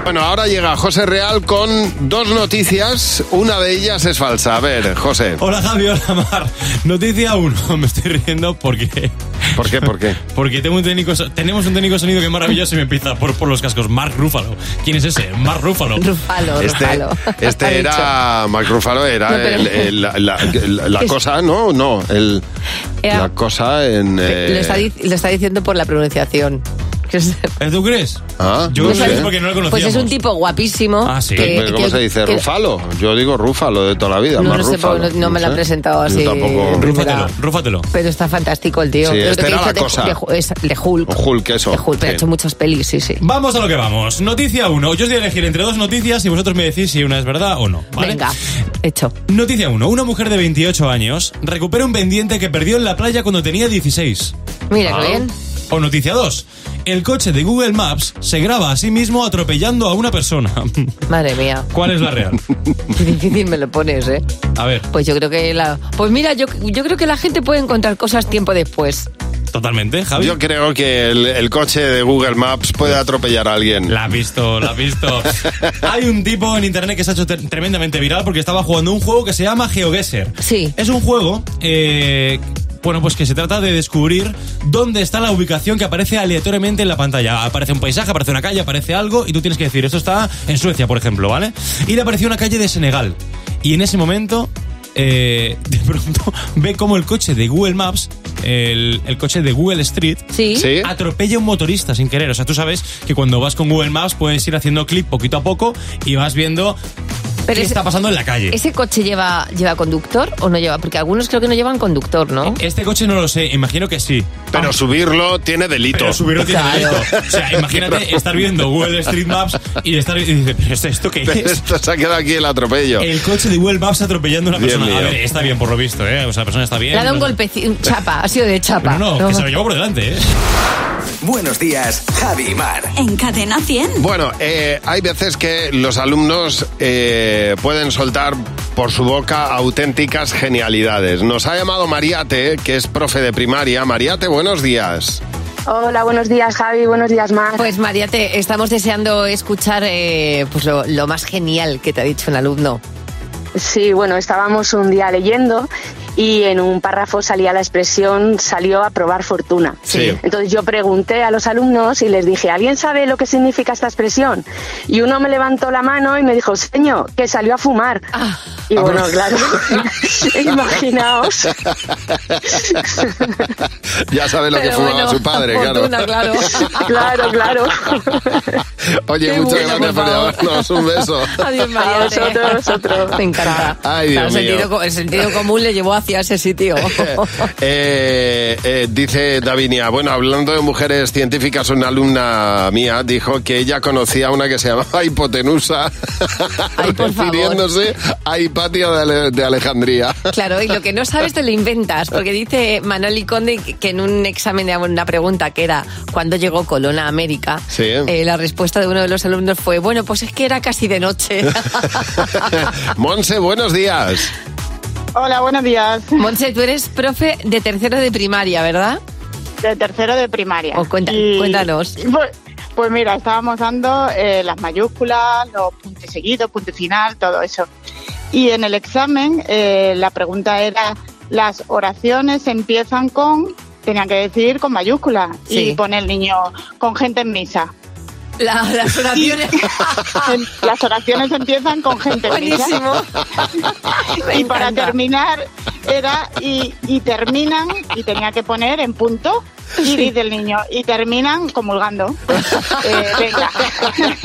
C: Bueno, ahora llega José Real con dos noticias. Una de ellas es falsa. A ver, José.
F: Hola Javi, hola Mar. Noticia 1. Me estoy riendo porque.
C: ¿Por qué? ¿Por qué?
F: Porque tengo un técnico, so- tenemos un técnico de sonido que es maravilloso y me empieza por, por los cascos. Mark Rúfalo. ¿Quién es ese? Mark Rúfalo.
D: Rúfalo,
C: Este,
F: Ha
C: este
F: dicho.
C: era. Mark Ruffalo era
F: No, pero-
C: el- el- la, la- la- la cosa, ¿no? No, el,
D: Era-
C: la cosa en.
D: Lo
C: eh,
D: está, di- lo está diciendo por la pronunciación.
F: Eh, ¿Tú crees?
C: Ah,
F: Yo
C: no
F: creo que
C: sé.
F: es porque no lo conocíamos.
D: Pues es un tipo guapísimo.
C: Ah, sí.
D: que-
C: ¿Pero ¿Cómo
D: que-
C: se dice?
D: que-
C: ¿Rufalo? Yo digo Rúfalo de toda la vida.
D: No
C: más
D: lo sé,
C: Rúfalo.
D: porque no- no me lo
C: sé.
D: han presentado
C: Yo
D: así.
C: tampoco-
D: Rúfatelo,
F: rúfatelo.
D: Pero está fantástico el tío.
C: Sí,
D: Creo
C: esta
D: que
C: era
D: hizo
C: la
D: de-
C: cosa.
D: De, Ju- es- de Hulk.
C: Hulk, eso.
D: De Hulk, pero ha
F: sí.
D: hecho muchas pelis, sí, sí.
F: Vamos a lo que vamos. Noticia 1. Yo os voy a elegir entre dos noticias y vosotros me decís si una es verdad o no. ¿vale?
D: Venga, hecho.
F: Noticia 1. Una mujer de 28 años recupera un pendiente que perdió en la playa cuando tenía 16.
D: Mira,
F: Ah.
D: qué bien.
F: O noticia 2. El coche de Google Maps se graba a sí mismo atropellando a una persona.
D: Madre mía.
F: ¿Cuál es la real?
D: Qué difícil me lo pones, ¿eh?
F: A ver,
D: Pues yo creo que la. Pues mira, yo, yo creo que la gente puede encontrar cosas tiempo después.
F: totalmente, Javi.
C: Yo creo que el, el coche de Google Maps puede atropellar a alguien.
F: La ha visto, la ha visto. Hay un tipo en internet que se ha hecho tre- tremendamente viral porque estaba jugando un juego que se llama GeoGuessr.
D: Sí.
F: Es un juego, eh, bueno, pues que se trata de descubrir dónde está la ubicación que aparece aleatoriamente en la pantalla. Aparece un paisaje, aparece una calle, aparece algo y tú tienes que decir, esto está en Suecia, por ejemplo, ¿vale? Y le apareció una calle de Senegal. Y en ese momento... eh, de pronto ve como el coche de Google Maps, el, el coche de Google Street,
C: Sí.
F: atropella a un motorista sin querer. O sea, tú sabes que cuando vas con Google Maps puedes ir haciendo clic poquito a poco y vas viendo qué
D: ese-
F: está pasando en la calle.
D: ¿Ese coche lleva, lleva conductor o no lleva? Porque algunos creo que no llevan conductor, ¿no?
F: Este coche no lo sé, imagino que sí.
C: Pero subirlo tiene delito.
F: Pero subirlo tiene
C: Claro.
F: delito. O sea, imagínate estar viendo Google Street Maps y estar y dices, ¿pero esto, esto qué
C: Pero
F: es?
C: esto se ha quedado aquí el atropello.
F: El coche de Google Maps atropellando a una
C: Dios
F: persona. A
C: mío.
F: ver, está bien por lo visto, ¿eh? O sea, la persona está bien.
D: Le ha dado un
F: no-
D: golpe, chapa, ha sido de chapa.
F: No, no, que se lo llevó por delante, ¿eh?
B: Buenos días, Javi y Mar.
A: En Cadena 100.
C: Bueno, eh, hay veces que los alumnos eh, pueden soltar por su boca auténticas genialidades. Nos ha llamado Mariate, que es profe de primaria. Mariate, buenos días.
L: Hola, buenos días Javi, buenos días Mar.
D: Pues María, te estamos deseando escuchar eh, pues lo, lo más genial que te ha dicho un alumno.
L: Sí, bueno, estábamos un día leyendo y en un párrafo salía la expresión salió a probar fortuna.
M: Sí.
L: Entonces yo pregunté a los alumnos y les dije, ¿alguien sabe lo que significa esta expresión? Y uno me levantó la mano y me dijo, señor, que salió a fumar. Y
C: Ah,
L: bueno,
C: pero-
L: claro, imaginaos.
C: Ya sabe lo que
L: Pero
C: fumaba
L: bueno,
C: su padre,
L: fortuna,
C: claro.
L: claro, claro.
C: Oye,
L: Qué bueno,
C: muchas gracias
L: por
C: por
L: favor.
C: llamarnos. Un beso.
L: Adiós, María. A vosotros, a vosotros.
D: Me encanta.
C: Ay,
D: Claro,
C: Dios
D: el, sentido,
C: mío.
D: co- el sentido común le llevó hacia ese sitio.
C: Eh, eh, dice Davinia, bueno, hablando de mujeres científicas, una alumna mía dijo que ella conocía una que se llamaba hipotenusa, refiriéndose a Hipatia de, Ale- de Alejandría.
D: Claro, y lo que no sabes te lo inventas, porque dice Manoli Conde que en un examen de una pregunta que era ¿cuándo llegó Colón a América?
C: Sí.
D: Eh, la respuesta de uno de los alumnos fue, bueno, pues es que era casi de noche.
C: Monse, buenos días.
N: Hola, buenos días.
D: Monse, tú eres profe de tercero de primaria, ¿verdad?
N: De tercero de primaria.
D: Oh, cuenta-
N: Y-
D: cuéntanos.
N: Pues, pues mira, estábamos dando eh, las mayúsculas, los puntos seguidos, punto final, todo eso. Y en el examen eh, la pregunta era, las oraciones empiezan con, tenían que decir con mayúsculas
D: Sí.
N: y pone el niño con gente en misa.
D: las oraciones.
N: las oraciones empiezan con gente en misa.
D: Buenísimo.
N: y para terminar era y, y terminan y tenía que poner en punto y dice el niño y terminan comulgando Eh, venga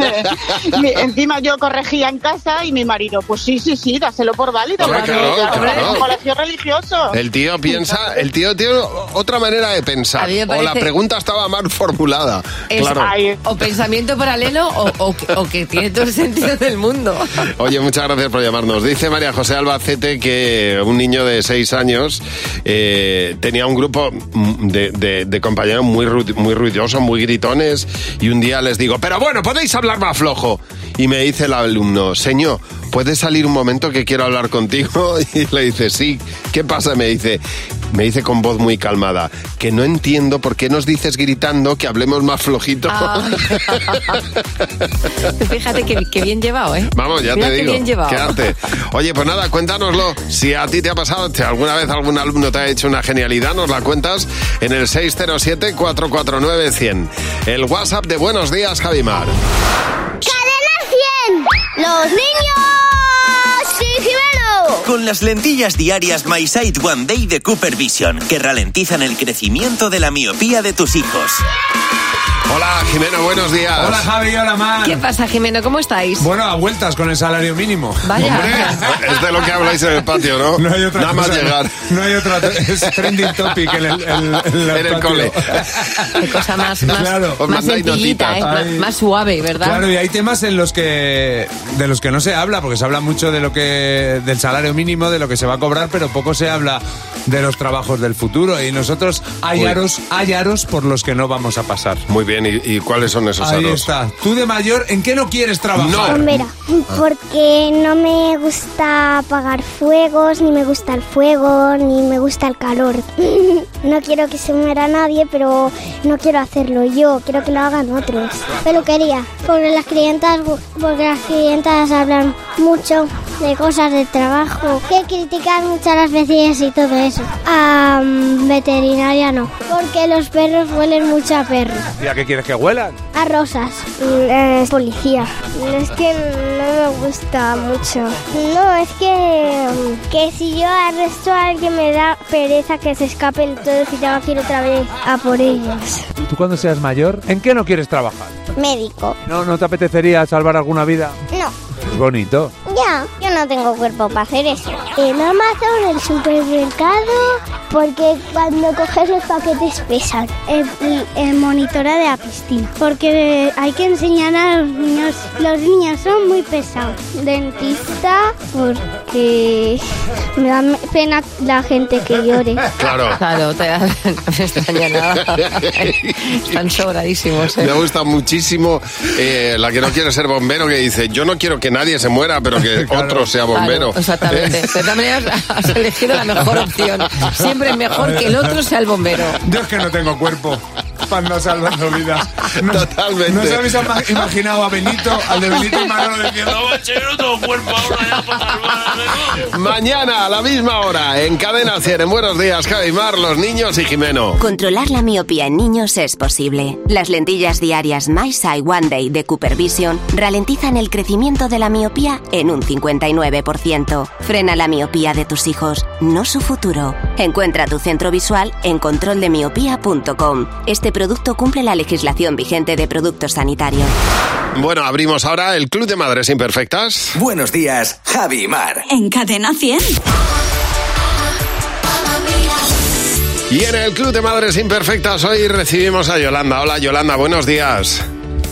N: Mi- encima yo corregía en casa y mi marido pues sí sí sí dáselo por válido
C: Hombre,
N: porque
C: claro,
N: claro,
C: claro.
N: es un colegio religioso
C: El tío piensa, el tío tiene otra manera de pensar.
D: mí me
C: O la
D: parece-
C: pregunta estaba mal formulada.
D: Es
C: claro.
D: o pensamiento paralelo o, o que- o que tiene todo el sentido del mundo.
C: Oye, muchas gracias por llamarnos. Dice María José Albacete que un niño de seis años eh, tenía un grupo mm, de, de- de compañeros muy, ru- muy ruidosos, muy gritones, y un día les digo, pero bueno, podéis hablar más flojo. Y me dice el alumno, señor, ¿puedes salir un momento que quiero hablar contigo? Y le dice, sí, ¿qué pasa? Me dice, me dice con voz muy calmada, que no entiendo por qué nos dices gritando que hablemos más flojito.
D: Ay. Fíjate que, que bien llevado, ¿eh?
C: Vamos, ya
D: Mira
C: te
D: qué
C: digo.
D: bien llevado.
C: Qué arte. Oye, pues nada, cuéntanoslo. Si a ti te ha pasado, si alguna vez algún alumno te ha hecho una genialidad, nos la cuentas en el 607-449-100. El WhatsApp de Buenos Días, Javimar.
X: ¡Cadena 100! ¡Los niños! ¡Sí,
M: con las lentillas diarias My Sight One Day de Cooper Vision, que ralentizan el crecimiento de la miopía de tus hijos.
C: Hola, Jimena, buenos días.
I: Hola Javi, hola Mar.
D: ¿Qué pasa, Jimeno? ¿Cómo estáis?
I: Bueno, a vueltas con el salario mínimo.
D: Vaya.
C: Es de lo que habláis en el patio, ¿no?
I: No hay otra
C: Nada más
I: cosa,
C: llegar.
I: No hay otra. Es trending topic en el, en- en
C: En el
I: patio.
C: cole.
D: Qué cosa más, más,
I: Claro. Os
D: más
I: mandáis
D: sencillita,
I: notitas.
D: ¿eh?
I: Ay.
D: Más, más suave, ¿verdad?
I: Claro, y hay temas en los que de los que no se habla, porque se habla mucho de lo que del salario mínimo, de lo que se va a cobrar, pero poco se habla de los trabajos del futuro. Y nosotros hay
C: Uy.
I: aros, hay aros por los que no vamos a pasar.
C: Muy bien, ¿y, y cuáles son esos
I: Ahí
C: aros?
I: está. Tú de mayor, ¿en qué no quieres trabajar?
O: Bombera, porque no me gusta apagar fuegos, ni me gusta el fuego, ni me gusta el calor. No quiero que se muera nadie, pero no quiero hacerlo yo, quiero que lo hagan otros. Peluquería, porque las clientas, porque las clientas hablan mucho de cosas de trabajo, que critican mucho a las vecinas y todo eso. A veterinaria no, porque los perros huelen mucho a perro.
I: ¿Y a qué quieres que huelan?
O: A rosas. Mm, Es policía. Es que no me gusta mucho. No, es que, que si yo arresto a alguien me da pereza que se escapen entonces y tengo que ir otra vez a por ellos.
I: Tú cuando seas mayor, ¿en qué no quieres trabajar?
O: Médico.
I: No, no te apetecería salvar alguna vida.
O: No.
I: Es bonito.
O: Ya, yo no tengo cuerpo para hacer eso. Eh, En Amazon, el supermercado, porque cuando coges los paquetes pesan. El, el monitora de la piscina, porque hay que enseñar a los niños. Los niños son muy pesados. Dentista, porque me da pena la gente que llore.
C: Claro.
D: Claro, te da- no me extraña nada. Están sobradísimos. ¿eh?
C: Me gusta muchísimo eh, la que no quiere ser bombero, que dice, yo no quiero que nadie se muera, pero que otro sea bombero.
D: Claro, exactamente. De todas maneras, has elegido la mejor opción. Siempre es mejor que el otro sea el bombero.
I: Yo es que no tengo cuerpo para andar salvando vidas. No, Totalmente. ¿No os habéis ama- imaginado a Benito, al de Benito y Manolo diciendo, "Oh,
F: "Oye, yo no tengo cuerpo ahora
I: eh".
F: ya para salvarme,
C: Eh, Mañana a la misma hora, en Cadena 100, en Buenos Días, Javi Mar, los niños y Jimeno.
P: Controlar la miopía en niños es posible. Las lentillas diarias My Sight One Day de Cooper Vision ralentizan el crecimiento de la miopía en un 59%. Frena la miopía de tus hijos, no su futuro. Encuentra tu centro visual en controldemiopía.com. Este producto cumple la legislación vigente de productos sanitarios.
C: Bueno, abrimos ahora el Club de Madres Imperfectas.
B: Buenos días, Javi Mar.
A: En Cadena 100.
C: Y en el Club de Madres Imperfectas hoy recibimos a Yolanda. Hola Yolanda, buenos días.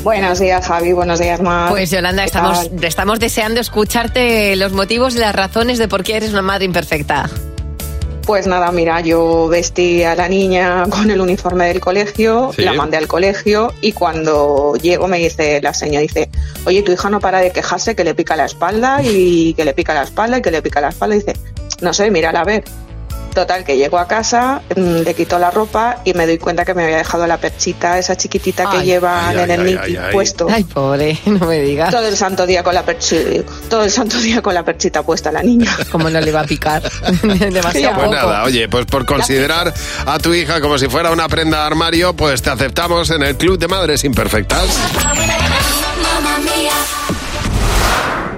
X: Buenos días, Javi. Buenos días, Mar.
D: Pues Yolanda,
X: ¿Qué
D: estamos,
X: tal?
D: estamos deseando escucharte los motivos y las razones de por qué eres una madre imperfecta.
X: Pues nada, mira, yo vestí a la niña con el uniforme del colegio,
D: Sí.
X: la mandé al colegio y cuando llego me dice la señora, dice, oye, tu hija no para de quejarse que le pica la espalda y que le pica la espalda y que le pica la espalda. Y dice, no sé, mírala a ver. Total, que llego a casa, mm, le quito la ropa y me doy cuenta que me había dejado la perchita, esa chiquitita que
D: Ay.
X: llevan
D: Ay,
X: en
D: ay,
X: el
D: ay,
X: mini
D: ay, ay.
X: puesto.
D: Ay, pobre, no me digas.
X: Todo el santo día con la perchi- todo el santo día con la perchita puesta la niña.
D: Como no le va a picar. Demasiado
C: Pues
D: poco.
C: nada, oye, pues por considerar a tu hija como si fuera una prenda de armario, pues te aceptamos en el Club de Madres Imperfectas.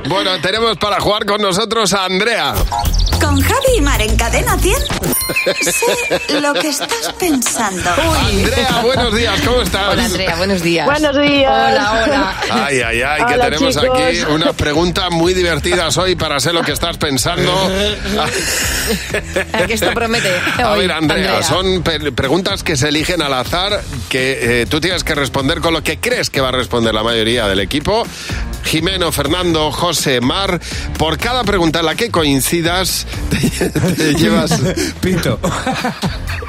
C: Bueno, tenemos para jugar con nosotros a Andrea.
A: Con Javi y Mar en Cadena 100. Sé lo que estás pensando.
C: Andrea, buenos días, ¿cómo estás?
D: Hola Andrea, buenos días.
A: Buenos días.
D: Hola, hola.
C: Ay, ay, ay, que
D: Hola,
C: tenemos
D: chicos.
C: aquí unas preguntas muy divertidas hoy para ser lo que estás pensando.
D: Que esto promete.
C: A
D: Hoy,
C: ver, Andrea,
D: Andrea.
C: son pe- preguntas que se eligen al azar, que eh, tú tienes que responder con lo que crees que va a responder la mayoría del equipo. Jimeno, Fernando, José, Mar, por cada pregunta en la que coincidas, te, lle- te llevas...
I: Pito.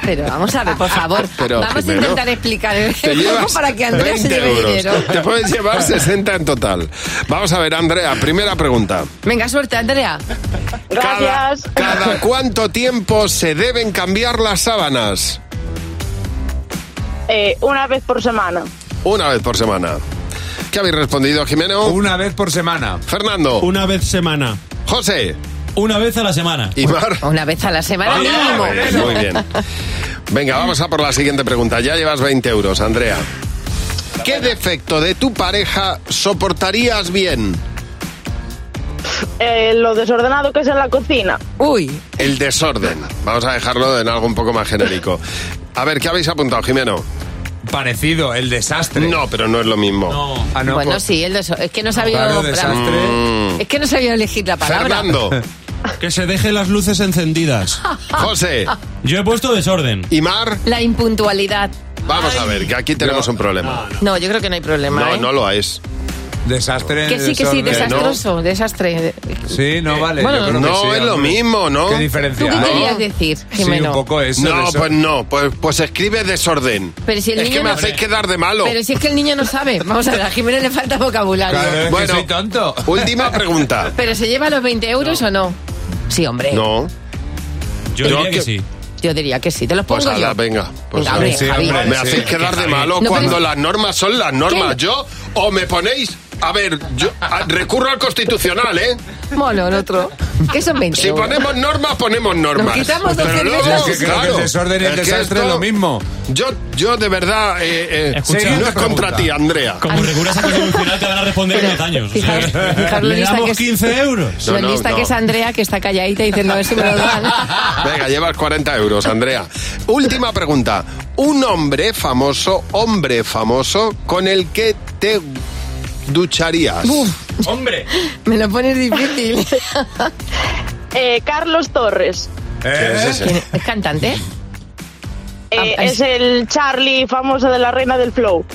D: Pero vamos a ver, por favor.
C: Pero,
D: vamos
C: Jimeno,
D: a intentar explicar el
C: Te
D: juego
C: llevas
D: para que Andrea se
C: 20
D: lleve
C: euros.
D: dinero.
C: Te puedes llevar 60 en total. Vamos a ver, Andrea, primera pregunta.
D: Venga, suerte, Andrea. Gracias.
C: ¿Cada cuánto tiempo se deben cambiar las sábanas?
H: Eh,
Y: una vez por semana.
C: Una vez por semana. ¿Qué habéis respondido, Jimeno?
I: Una vez por semana.
C: Fernando.
F: Una vez semana.
C: José.
F: Una vez a la semana.
C: Y Mar. Ah,
D: Una vez a la semana mínimo.
C: Muy bien. Venga, vamos a por la siguiente pregunta. Ya llevas 20 euros, Andrea. ¿Qué defecto de tu pareja soportarías bien?
H: eh, lo desordenado que es en la cocina.
D: Uy.
C: El desorden. Vamos a dejarlo en algo un poco más genérico. A ver, ¿qué habéis apuntado, Jimeno?
I: Parecido, el desastre.
C: No, pero no es lo mismo.
I: Ah, no,
D: bueno,
I: pues-
D: sí, el deso- es que no sabía
I: Claro, desastre.
C: Mm,
D: Es que no sabía elegir la palabra.
E: Que se deje las luces encendidas.
C: José.
E: Yo he puesto desorden.
C: ¿Y Mar?
D: Ah. La impuntualidad.
C: Vamos a ver, que aquí tenemos un problema.
D: No, yo creo que no hay problema.
C: No,
D: ¿eh?
C: no lo es. Eh,
I: Desastre.
D: Que sí, que sí, desastroso, desastre.
I: Sí, no vale.
C: Bueno,
I: yo creo que
C: no
I: sí,
C: es lo
I: hombre.
C: mismo, ¿no?
I: ¿Qué diferencia?
D: ¿Tú qué
I: hay?
D: querías decir, Jimeno?
C: No, pues no, pues, pues escribe desorden.
D: Pero si el
C: es
D: niño
C: que me
D: no-
C: hacéis quedar de malo.
D: Pero si es que el niño no sabe. Vamos a ver, a Jimeno le falta vocabulario.
C: bueno, tonto. Última pregunta.
D: ¿Pero se lleva los 20 euros o no? Sí, hombre.
C: No.
F: Yo, diría que sí.
D: Yo diría que sí, te los pongo
C: Pues ala,
D: yo.
C: venga. Pues
D: Venga,
C: ala.
D: hombre, Sí, Javi. hombre,
C: me
D: sí.
C: hacéis quedar de malo
D: No,
C: cuando
D: pero-
C: las normas son las normas.
D: ¿Qué?
C: Yo o me ponéis, a ver, yo a- recurro al constitucional, ¿eh?
D: Mono, el otro. ¿Qué son 20
C: Si
D: euros?
C: ponemos normas, ponemos normas.
D: Nos quitamos dos
C: Pero
D: cervezas.
C: luego,
D: Es que
I: creo que el
C: claro,
I: desorden y el
C: es que
I: desastre
C: esto-
I: es lo mismo.
C: Yo, yo de verdad, eh, eh,
I: Escucha,
C: no
I: siguiente
C: es contra
I: pregunta.
C: ti, Andrea.
F: Como recurras a constitucional te van a responder en 10 años. o sea,
D: Fijaros lo
F: le
D: lista
F: damos
D: que es-
F: 15 euros.
D: lo lista que es Andrea, que está calladita diciendo a ver si me lo dan.
C: Venga, llevas 40 euros, Andrea. Última pregunta. Un hombre famoso, hombre famoso, con el que te ducharías.
F: Hombre.
D: Me lo pones difícil.
H: Eh, Carlos Torres.
C: ¿Qué es ese?
D: ¿Quién ¿Es cantante?
H: Eh,
D: Ah,
H: es el Charlie famoso de la reina del flow.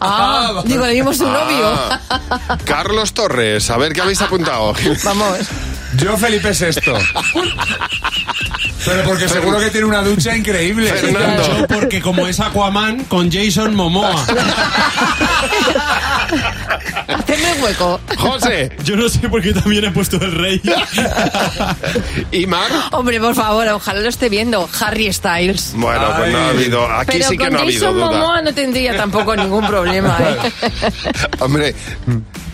D: Ah,
C: Ah,
D: digo, le dimos un novio.
C: Ah. Carlos Torres, a ver qué habéis apuntado.
D: Vamos.
I: Yo, Felipe VI. Pero porque seguro que tiene una ducha increíble.
E: Yo porque como es Aquaman con Jason Momoa.
D: Hacedme un hueco.
C: José.
F: Yo no sé por qué también he puesto el rey.
C: ¿Y Mar?
D: Hombre, por favor, ojalá lo esté viendo. Harry Styles.
C: Bueno, pues no ha
F: Ay.
C: habido. Aquí
D: Pero
C: sí que
D: con
C: no ha habido
D: Jason
C: duda.
D: Momoa no tendría tampoco ningún problema. ¿eh?
C: Hombre,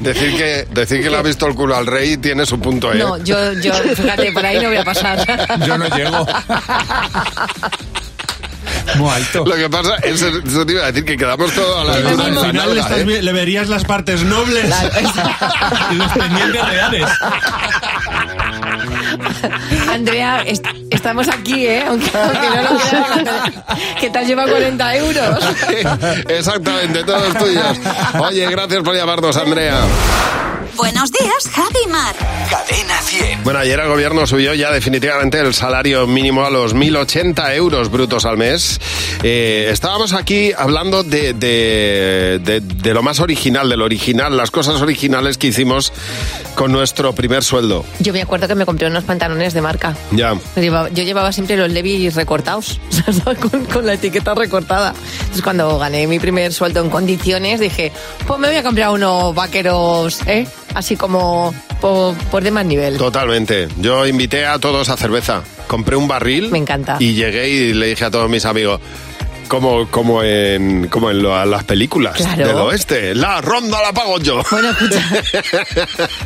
C: decir que, decir que le ha visto el culo al rey tiene su punto, ¿eh?
D: No, yo, yo, fíjate, por ahí no voy a pasar.
C: Yo no llego.
I: Muy alto.
C: Lo que pasa es eso te iba a decir que quedamos todos a la
E: Al
C: altura de
E: final le,
C: nalga,
E: estás
C: ¿eh?
E: vi- le verías las partes nobles y los pendientes reales.
D: Andrea, est- estamos aquí, ¿eh? Aunque, aunque no lo creas. Que te has llevado 40 euros.
C: Exactamente, todos tuyos. Oye, gracias por llamarnos, Andrea.
A: Buenos días, Javi y Mar.
B: Cadena 100.
C: Bueno, ayer el gobierno subió ya definitivamente el salario mínimo a los 1.080 euros brutos al mes. Eh, estábamos aquí hablando de, de- de- de lo más original, del original, las cosas originales que hicimos con nuestro primer sueldo.
D: Yo me acuerdo que me compré unos pantalones de marca.
C: Ya.
D: Yo llevaba, yo llevaba siempre los Levi's recortados, ¿sabes? con, con la etiqueta recortada. Entonces cuando gané mi primer sueldo en condiciones dije, pues me voy a comprar unos vaqueros, ¿eh? Así como por, por de más nivel.
C: Totalmente. Yo invité a todos a cerveza. Compré un barril.
D: Me encanta.
C: Y llegué y le dije a todos mis amigos. Como, como en, como en lo- las películas
D: Claro.
C: del oeste. La ronda la pago yo.
D: Bueno,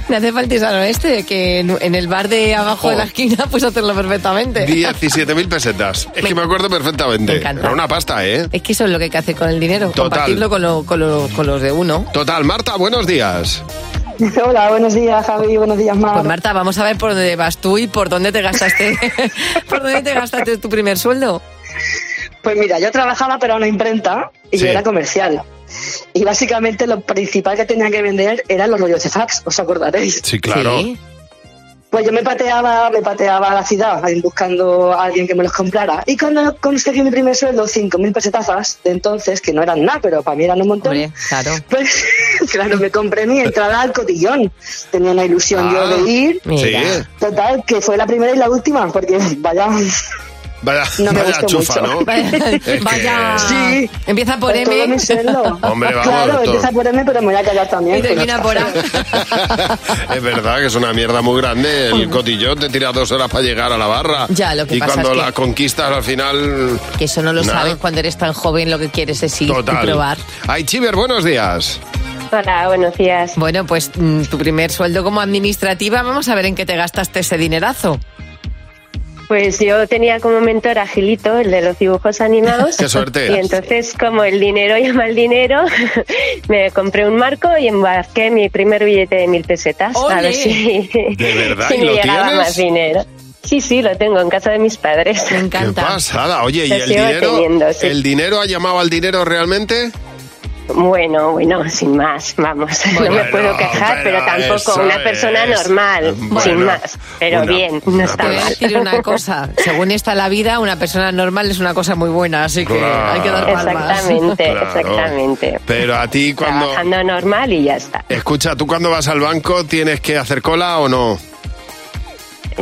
D: Me hace falta ir al oeste, de que en, en el bar de abajo de la esquina pues hacerlo perfectamente.
C: 17.000 pesetas. Es que me acuerdo perfectamente.
D: Me encanta.
C: Era una pasta, ¿eh?
D: Es que eso es lo que hay que hacer con el dinero,
C: Total.
D: compartirlo con, lo- con lo- con los de uno.
C: Total, Marta, buenos días.
J: Hola, buenos días, Javi, buenos días, Mar.
D: Pues Marta, vamos a ver por dónde vas tú y por dónde te gastaste, por dónde te gastaste tu primer sueldo.
J: Pues mira, yo trabajaba para una imprenta y
D: Sí.
J: yo era comercial. Y básicamente lo principal que tenía que vender eran los rollos de fax, ¿os acordaréis?
C: Sí, claro.
J: Pues yo me pateaba, me pateaba a la ciudad ahí buscando a alguien que me los comprara. Y cuando conseguí mi primer sueldo, 5.000 pesetazas de entonces, que no eran nada, pero para mí eran un montón.
D: claro.
J: Pues claro, me compré mi entrada al cotillón. Tenía una ilusión yo de ir.
C: Ah, mira. Sí.
J: Total, que fue la primera y la última, porque vaya,
C: Vaya,
J: no me
C: vaya
J: gustó
C: chufa,
J: mucho.
C: ¿no? Es que-
D: Sí. Empieza por
J: Pues
D: M.
J: todo mi sueldo.
C: Hombre, vamos,
J: claro,
C: todo.
J: empieza por M, pero me voy a callar también.
D: Y termina por A.
C: Es verdad que es una mierda muy grande. El cotillón te tira dos horas para llegar a la barra.
D: Mm. Ya, lo que
C: y
D: pasa
C: cuando
D: es que-
C: la conquistas al final.
D: Que eso no lo
C: Nada.
D: sabes cuando eres tan joven, lo que quieres es ir
C: Total.
D: y probar.
C: Ay, Chiver, buenos días.
D: Hola, buenos días. Bueno, pues mm, tu primer sueldo como administrativa, vamos a ver en qué te gastaste ese dinerazo.
Q: Pues yo tenía como mentor a Gilito, el de los dibujos animados.
C: ¡Qué suerte!
Q: Y entonces, como el dinero llama el dinero, me compré un marco y embarqué mi primer billete de mil pesetas. A ver si,
C: ¿De verdad?
Q: si
C: ¿Y
Q: me
C: lo
Q: llegaba
C: tienes?
Q: más dinero. Sí, sí, lo tengo en casa de mis padres. Me
C: ¡Qué pasada! Oye, ¿y
Q: Lo
C: el
Q: sigo
C: dinero,
Q: teniendo, sí.
C: el dinero ha llamado al dinero realmente?
Q: Bueno, bueno, sin más, vamos. no me puedo quejar, pero, tampoco
C: eso
Q: una persona
C: es.
Q: normal, sin
C: Bueno,
Q: más. Pero
C: una-
Q: bien, no está
D: Te voy a
Q: mal.
D: decir una cosa. Según está la vida, una persona normal es una cosa muy buena, así que
C: Claro.
D: hay que dar palmas.
Q: Exactamente,
C: Claro.
Q: exactamente.
C: Pero a ti cuando...
Q: Trabajando normal y ya está.
C: Escucha, ¿tú cuando vas al banco tienes que hacer cola o no?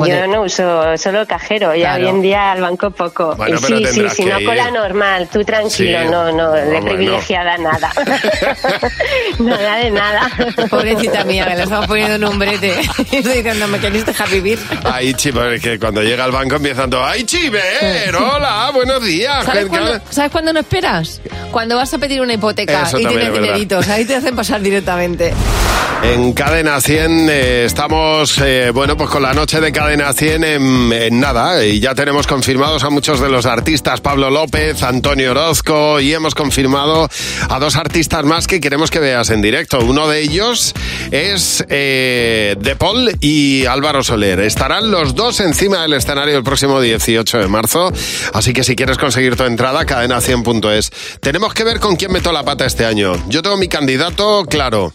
Q: Yo no uso solo cajero, ya
C: Claro.
Q: hoy en día al banco poco.
C: Bueno,
Q: y sí,
C: pero
Q: sí,
C: tendrás
Q: si
C: que
Q: no
C: ir.
Q: cola normal, tú tranquilo,
C: Sí.
Q: no, no, de
C: Hombre, no.
Q: privilegiada nada. nada de nada.
D: Pobrecita mía, que le estamos poniendo un umbrete. Y estoy diciendo, ¿me queréis dejar vivir?
C: Ahí, chi, porque cuando llega al banco empiezan todos, ¡ay, chiver! ¡Hola! ¡Buenos días!
D: ¿Sabes
C: gente".
D: cuándo, sabes cuándo no esperas? Cuando vas a pedir una hipoteca
C: Eso
D: y
C: también
D: tienes
C: es verdad.
D: dineritos. Ahí te hacen pasar directamente.
C: En Cadena 100 eh, estamos, eh, bueno, pues con la noche de Cadena 100 en, en nada y ya tenemos confirmados a muchos de los artistas, Pablo López, Antonio Orozco y hemos confirmado a dos artistas más que queremos que veas en directo. Uno de ellos es eh, De Paul y Álvaro Soler. Estarán los dos encima del escenario el próximo 18 de marzo, así que si quieres conseguir tu entrada, cadena100.es. Tenemos que ver con quién meto la pata este año. Yo tengo mi candidato claro.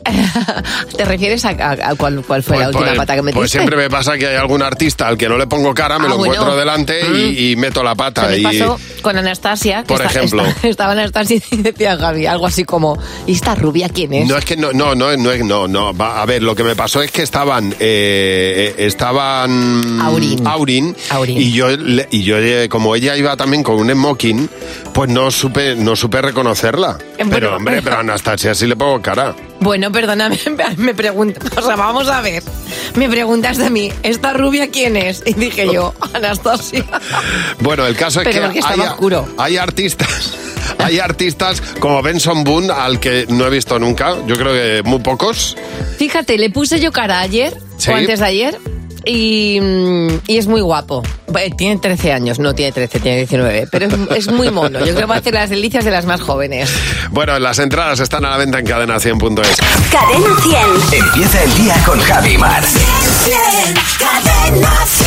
D: ¿Te refieres a, a- a cuál, cuál fue la última
C: Pues-
D: pata que metiste?
C: Pues siempre me pasa que hay algún artista al que no le pongo cara, me
D: Ah,
C: lo
D: bueno. Mm.
C: encuentro delante y, y meto la pata.
D: Se me
C: y
D: pasó con Anastasia. que
C: Por ejemplo.
D: estaba Anastasia y decía Gaby, algo así como, ¿y esta rubia quién es?
C: No es que no, no, no, no, es- no, no. Va, a ver, lo que me pasó es que estaban, eh, eh, estaban Aurin, y yo, le- y yo eh, como ella iba también con un smoking, pues no supe, no supe reconocerla. pero hombre, pero a Anastasia sí le pongo cara.
D: Bueno, perdóname, me preguntas, o sea, vamos a ver. Me preguntaste a mí, ¿esta rubia quién es? Y dije yo, Anastasia.
C: Bueno, el caso es
D: Pero porque
C: que
D: estaba
C: hay, hay artistas. Hay artistas como Benson Boone, al que no he visto nunca, yo creo que muy pocos.
D: Fíjate, le puse yo cara ayer,
C: Sí.
D: o antes de ayer, y, mm, y es muy guapo. Eh, Tiene 13 años, no tiene 13, tiene 19, pero es, es muy mono. Yo creo que va a hacer las delicias de las más jóvenes.
C: Bueno, las entradas están a la venta en cadena100.es.
A: Cadena 100.
B: Empieza el día con Javi Mar.
A: Cadena 100.